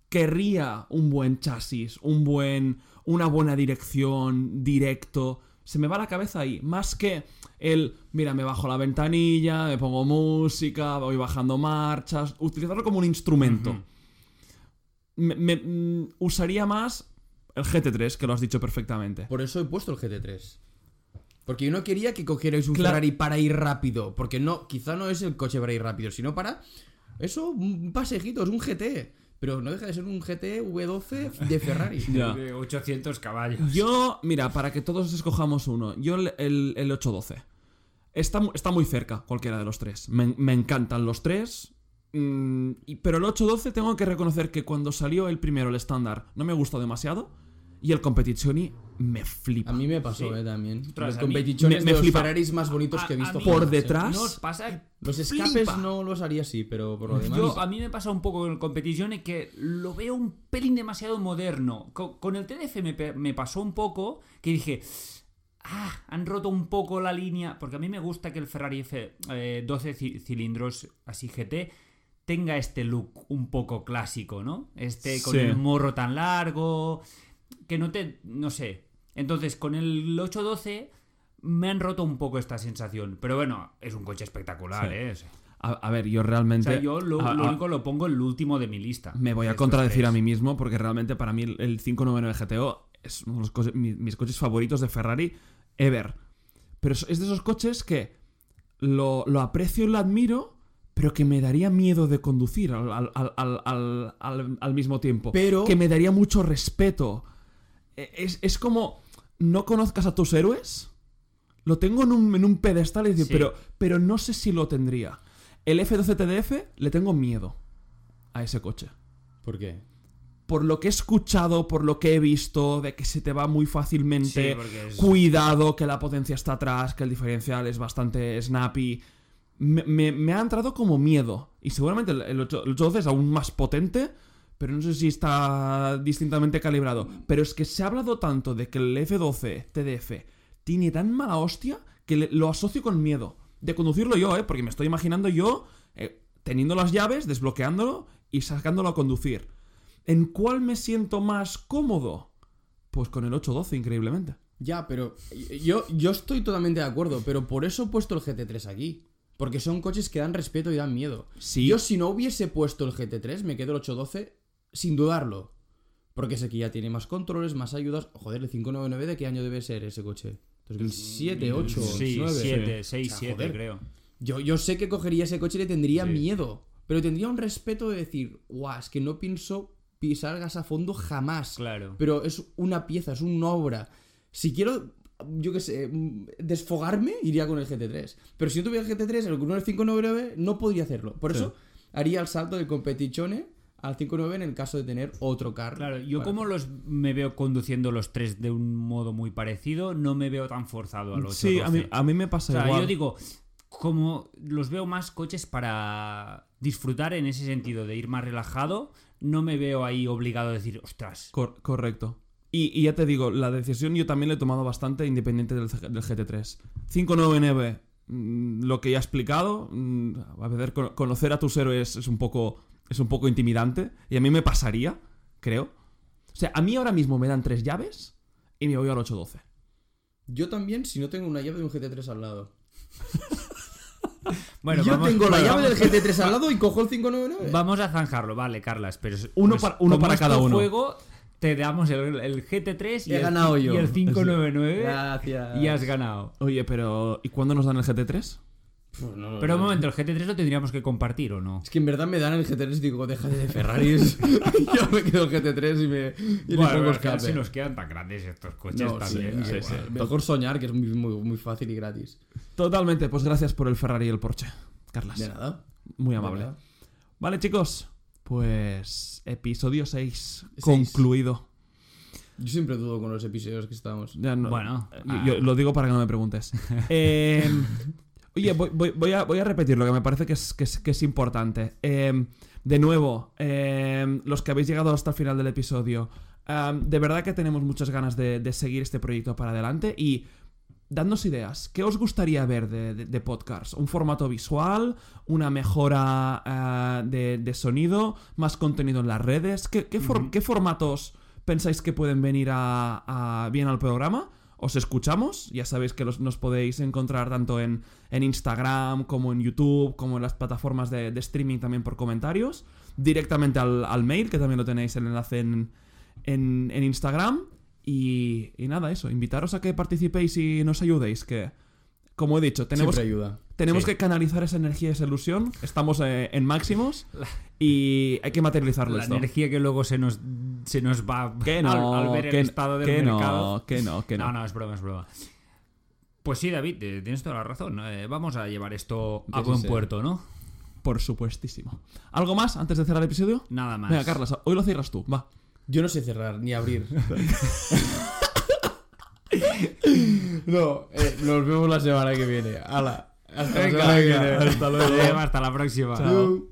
[SPEAKER 1] Querría un buen chasis, un buen, una buena dirección, directo. Se me va la cabeza ahí. Más que el, mira, me bajo la ventanilla, me pongo música, voy bajando marchas. Utilizarlo como un instrumento me, me- mm, usaría más el GT3, que lo has dicho perfectamente.
[SPEAKER 2] Por eso he puesto el GT3. Porque yo no quería que cogierais un
[SPEAKER 1] Claro.
[SPEAKER 2] Ferrari para ir rápido. Porque no, quizá no es el coche para ir rápido, sino para. Eso, un pasejito, es un GT. Pero no deja de ser un GT V12 de
[SPEAKER 3] (laughs)
[SPEAKER 2] Ferrari.
[SPEAKER 1] Ya.
[SPEAKER 3] De 800 caballos.
[SPEAKER 1] Yo, mira, para que todos escojamos uno, yo el, el, el 812. Está, mu- está muy cerca cualquiera de los tres. Me, me encantan los tres. mm, y- pero el 812 tengo que reconocer que cuando salió el primero, el estándar, no me gustó demasiado. Y el Competizioni me flipa.
[SPEAKER 2] A mí me pasó,
[SPEAKER 3] Sí.
[SPEAKER 2] eh, también.
[SPEAKER 3] Ostras,
[SPEAKER 2] los
[SPEAKER 3] a mí-
[SPEAKER 2] competiciones
[SPEAKER 1] me- me
[SPEAKER 2] de los
[SPEAKER 1] flipa.
[SPEAKER 2] Ferraris más bonitos
[SPEAKER 3] A-
[SPEAKER 2] que he
[SPEAKER 3] a
[SPEAKER 2] visto.
[SPEAKER 3] mí-
[SPEAKER 1] por
[SPEAKER 2] jamás, eh.
[SPEAKER 1] detrás.
[SPEAKER 3] No os pasa.
[SPEAKER 2] Los
[SPEAKER 1] Flipa.
[SPEAKER 2] escapes no los haría así, pero por lo demás.
[SPEAKER 3] Yo, a mí me pasa un poco con el competición en que lo veo un pelín demasiado moderno. Co- Con, el TDF me, pe- me pasó un poco que dije, ah, han roto un poco la línea, porque a mí me gusta que el Ferrari F, eh, 12 ci- cilindros así GT tenga este look un poco clásico, ¿no? Este con
[SPEAKER 1] Sí.
[SPEAKER 3] el morro tan largo, que no te, no sé. Entonces, con el 812 me han roto un poco esta sensación, pero bueno, es un coche espectacular,
[SPEAKER 1] Sí.
[SPEAKER 3] ¿eh? O sea,
[SPEAKER 1] A, a ver, yo
[SPEAKER 3] o
[SPEAKER 1] realmente.
[SPEAKER 3] sea, yo lo,
[SPEAKER 1] a-
[SPEAKER 3] lo
[SPEAKER 1] a-
[SPEAKER 3] único lo pongo el último de mi lista.
[SPEAKER 1] ah, me voy a
[SPEAKER 3] Estos
[SPEAKER 1] contradecir
[SPEAKER 3] tres.
[SPEAKER 1] a mí mismo porque realmente para mí el- el 599 GTO es uno de los coche- mi- mis, coches favoritos de Ferrari ever. Pero es es de esos coches que lo, lo aprecio y lo admiro, pero que me daría miedo de conducir al, al- al- al- al- al- al mismo tiempo.
[SPEAKER 2] Pero-
[SPEAKER 1] Que me daría mucho respeto. E- Es, es como, no conozcas a tus héroes, lo tengo en un, en un pedestal y dices,
[SPEAKER 3] Sí.
[SPEAKER 1] pero, pero no sé si lo tendría. El F12 TDF le tengo miedo a ese coche
[SPEAKER 2] ¿Por qué?
[SPEAKER 1] por lo que he escuchado, por lo que he visto, de que se te va muy
[SPEAKER 3] Sí,
[SPEAKER 1] fácilmente.
[SPEAKER 3] porque es-
[SPEAKER 1] Cuidado, que la potencia está atrás, que el diferencial es bastante snappy. Me, me- me ha entrado como miedo. Y seguramente el, el ocho- el 812 es aún más potente, pero no sé si está distintamente calibrado. Pero es que se ha hablado tanto de que el F12 TDF tiene tan mala hostia que le- lo asocio con miedo. De conducirlo yo, ¿eh? Porque me estoy imaginando yo eh, teniendo las llaves, desbloqueándolo y sacándolo a conducir. ¿En cuál me siento más cómodo? Pues con el 812, increíblemente.
[SPEAKER 2] Ya, pero yo, yo estoy totalmente de acuerdo, pero por eso he puesto el GT3 aquí. Porque son coches que dan respeto y dan miedo.
[SPEAKER 1] Sí.
[SPEAKER 2] Yo si no hubiese puesto el GT3, me quedo el 812 sin dudarlo. Porque sé que ya tiene más controles, más ayudas. Joder, el 599 de qué año debe ser ese coche. 2007, 8,
[SPEAKER 3] Mm, Sí,
[SPEAKER 2] 9.
[SPEAKER 3] 7, 6,
[SPEAKER 2] O sea,
[SPEAKER 3] 7,
[SPEAKER 2] joder.
[SPEAKER 3] creo.
[SPEAKER 2] Yo, yo sé que cogería ese coche y le tendría
[SPEAKER 3] Sí.
[SPEAKER 2] miedo. Pero tendría un respeto de decir, guau, es que no pienso pisar gas a fondo jamás.
[SPEAKER 3] Claro.
[SPEAKER 2] Pero es una pieza, es una obra. Si quiero, yo qué sé, mm, desfogarme, iría con el GT3. Pero si yo tuviera el GT3, el 599 no podría hacerlo. Por eso haría el salto del competichone al 59 en el caso de tener otro carro.
[SPEAKER 3] Claro, yo como los me veo conduciendo los tres de un modo muy parecido, no me veo tan forzado al 8
[SPEAKER 1] Sí, a mí, a mí me
[SPEAKER 3] O
[SPEAKER 1] pasa
[SPEAKER 3] sea,
[SPEAKER 1] igual.
[SPEAKER 3] yo digo, como los veo más coches para disfrutar en ese sentido, de ir más relajado, no me veo ahí obligado a decir, ostras,
[SPEAKER 1] Cor- correcto. Y, y ya te digo, la decisión yo también la he tomado bastante independiente del, C- del GT3. 599, mm, lo que ya he explicado, mm, a ver, con- conocer a tus héroes es un, poco, es un poco intimidante. Y a mí me pasaría, creo. O sea, a mí ahora mismo me dan tres llaves y me voy al 812.
[SPEAKER 2] Yo también, si no tengo una llave de un GT3 al lado.
[SPEAKER 3] bueno,
[SPEAKER 2] yo
[SPEAKER 3] vamos,
[SPEAKER 2] tengo la
[SPEAKER 3] bueno,
[SPEAKER 2] llave
[SPEAKER 3] vamos-
[SPEAKER 2] del GT3 al lado y cojo el 599.
[SPEAKER 3] Vamos a zanjarlo, vale, Carlas, pero es-
[SPEAKER 1] Uno para- uno
[SPEAKER 3] Pues como
[SPEAKER 1] para
[SPEAKER 3] es
[SPEAKER 1] cada
[SPEAKER 3] tu
[SPEAKER 1] uno.
[SPEAKER 3] juego, te damos el, el GT3 y
[SPEAKER 2] He
[SPEAKER 3] el,
[SPEAKER 2] ganado yo.
[SPEAKER 3] y el
[SPEAKER 1] (laughs)
[SPEAKER 3] 599
[SPEAKER 2] Gracias.
[SPEAKER 3] y has ganado.
[SPEAKER 1] Oye, pero ¿y cuándo nos dan el GT3?
[SPEAKER 2] Puf, no, no,
[SPEAKER 3] Pero un
[SPEAKER 2] no.
[SPEAKER 3] momento, el GT3 lo tendríamos que compartir o no?
[SPEAKER 2] Es que en verdad me dan el GT3 y digo, déjate de Ferraris. (laughs) Yo me quedo el GT3 y me. Y le pongo
[SPEAKER 3] al final
[SPEAKER 2] escape.
[SPEAKER 3] se nos quedan tan grandes estos coches
[SPEAKER 2] No, sí,
[SPEAKER 3] también.
[SPEAKER 2] da
[SPEAKER 1] sí,
[SPEAKER 2] igual.
[SPEAKER 1] sí.
[SPEAKER 2] Mejor soñar, que es muy, muy, muy fácil y gratis.
[SPEAKER 1] Totalmente, pues gracias por el Ferrari y el Porsche, Carlas.
[SPEAKER 2] De nada.
[SPEAKER 1] Muy
[SPEAKER 2] de
[SPEAKER 1] amable.
[SPEAKER 2] nada.
[SPEAKER 1] Vale, chicos, pues episodio 6
[SPEAKER 2] Seis.
[SPEAKER 1] concluido.
[SPEAKER 2] Yo siempre dudo con los episodios que estamos.
[SPEAKER 1] Ya no-
[SPEAKER 3] Bueno,
[SPEAKER 1] yo-
[SPEAKER 3] ah.
[SPEAKER 1] yo lo digo para que no me
[SPEAKER 2] (laughs)
[SPEAKER 1] preguntes. Eh, oye, voy, voy- voy a, voy a repetir lo que me parece que es, que es- que es importante. Eh, de nuevo, eh, los que habéis llegado hasta el final del episodio, ah, de verdad que tenemos muchas ganas de, de seguir este proyecto para adelante y dadnos ideas. ¿Qué os gustaría ver de, de- de podcast? ¿Un formato visual? ¿Una mejora ah, de, de sonido? ¿Más contenido en las redes? ¿Qué, qué for- qué formatos pensáis que pueden venir a, a- bien al programa? Os escuchamos, ya sabéis que los- nos podéis encontrar tanto en, en Instagram como en YouTube, como en las plataformas de, de streaming también por comentarios, directamente al, al mail, que también lo tenéis el enlace en, en, en Instagram. Y, y nada, eso, invitaros a que participéis y nos ayudéis, que como he dicho, tenemos,
[SPEAKER 2] Siempre ayuda.
[SPEAKER 1] tenemos
[SPEAKER 3] Sí.
[SPEAKER 1] que canalizar esa energía, esa ilusión, estamos eh, en máximos y hay que materializarlo.
[SPEAKER 3] la
[SPEAKER 1] esto.
[SPEAKER 3] energía que luego se nos, se nos va
[SPEAKER 1] Que no,
[SPEAKER 3] al, al ver
[SPEAKER 1] que-
[SPEAKER 3] el estado del
[SPEAKER 1] que no,
[SPEAKER 3] mercado.
[SPEAKER 1] que no, que no.
[SPEAKER 3] No, es broma, es broma. Pues sí, David, eh, tienes toda la razón. eh, vamos a llevar esto a
[SPEAKER 2] Sí,
[SPEAKER 3] buen
[SPEAKER 2] sí.
[SPEAKER 3] puerto, ¿no?
[SPEAKER 1] Por supuestísimo. ¿Algo más antes de cerrar el episodio?
[SPEAKER 3] Nada más.
[SPEAKER 1] Venga, Carlos, hoy lo cierras tú, va.
[SPEAKER 2] Yo no sé cerrar ni abrir. No, eh, nos vemos la semana que viene. Hala. Hasta la semana que viene.
[SPEAKER 3] Hasta luego. Hasta la próxima.
[SPEAKER 2] Chao.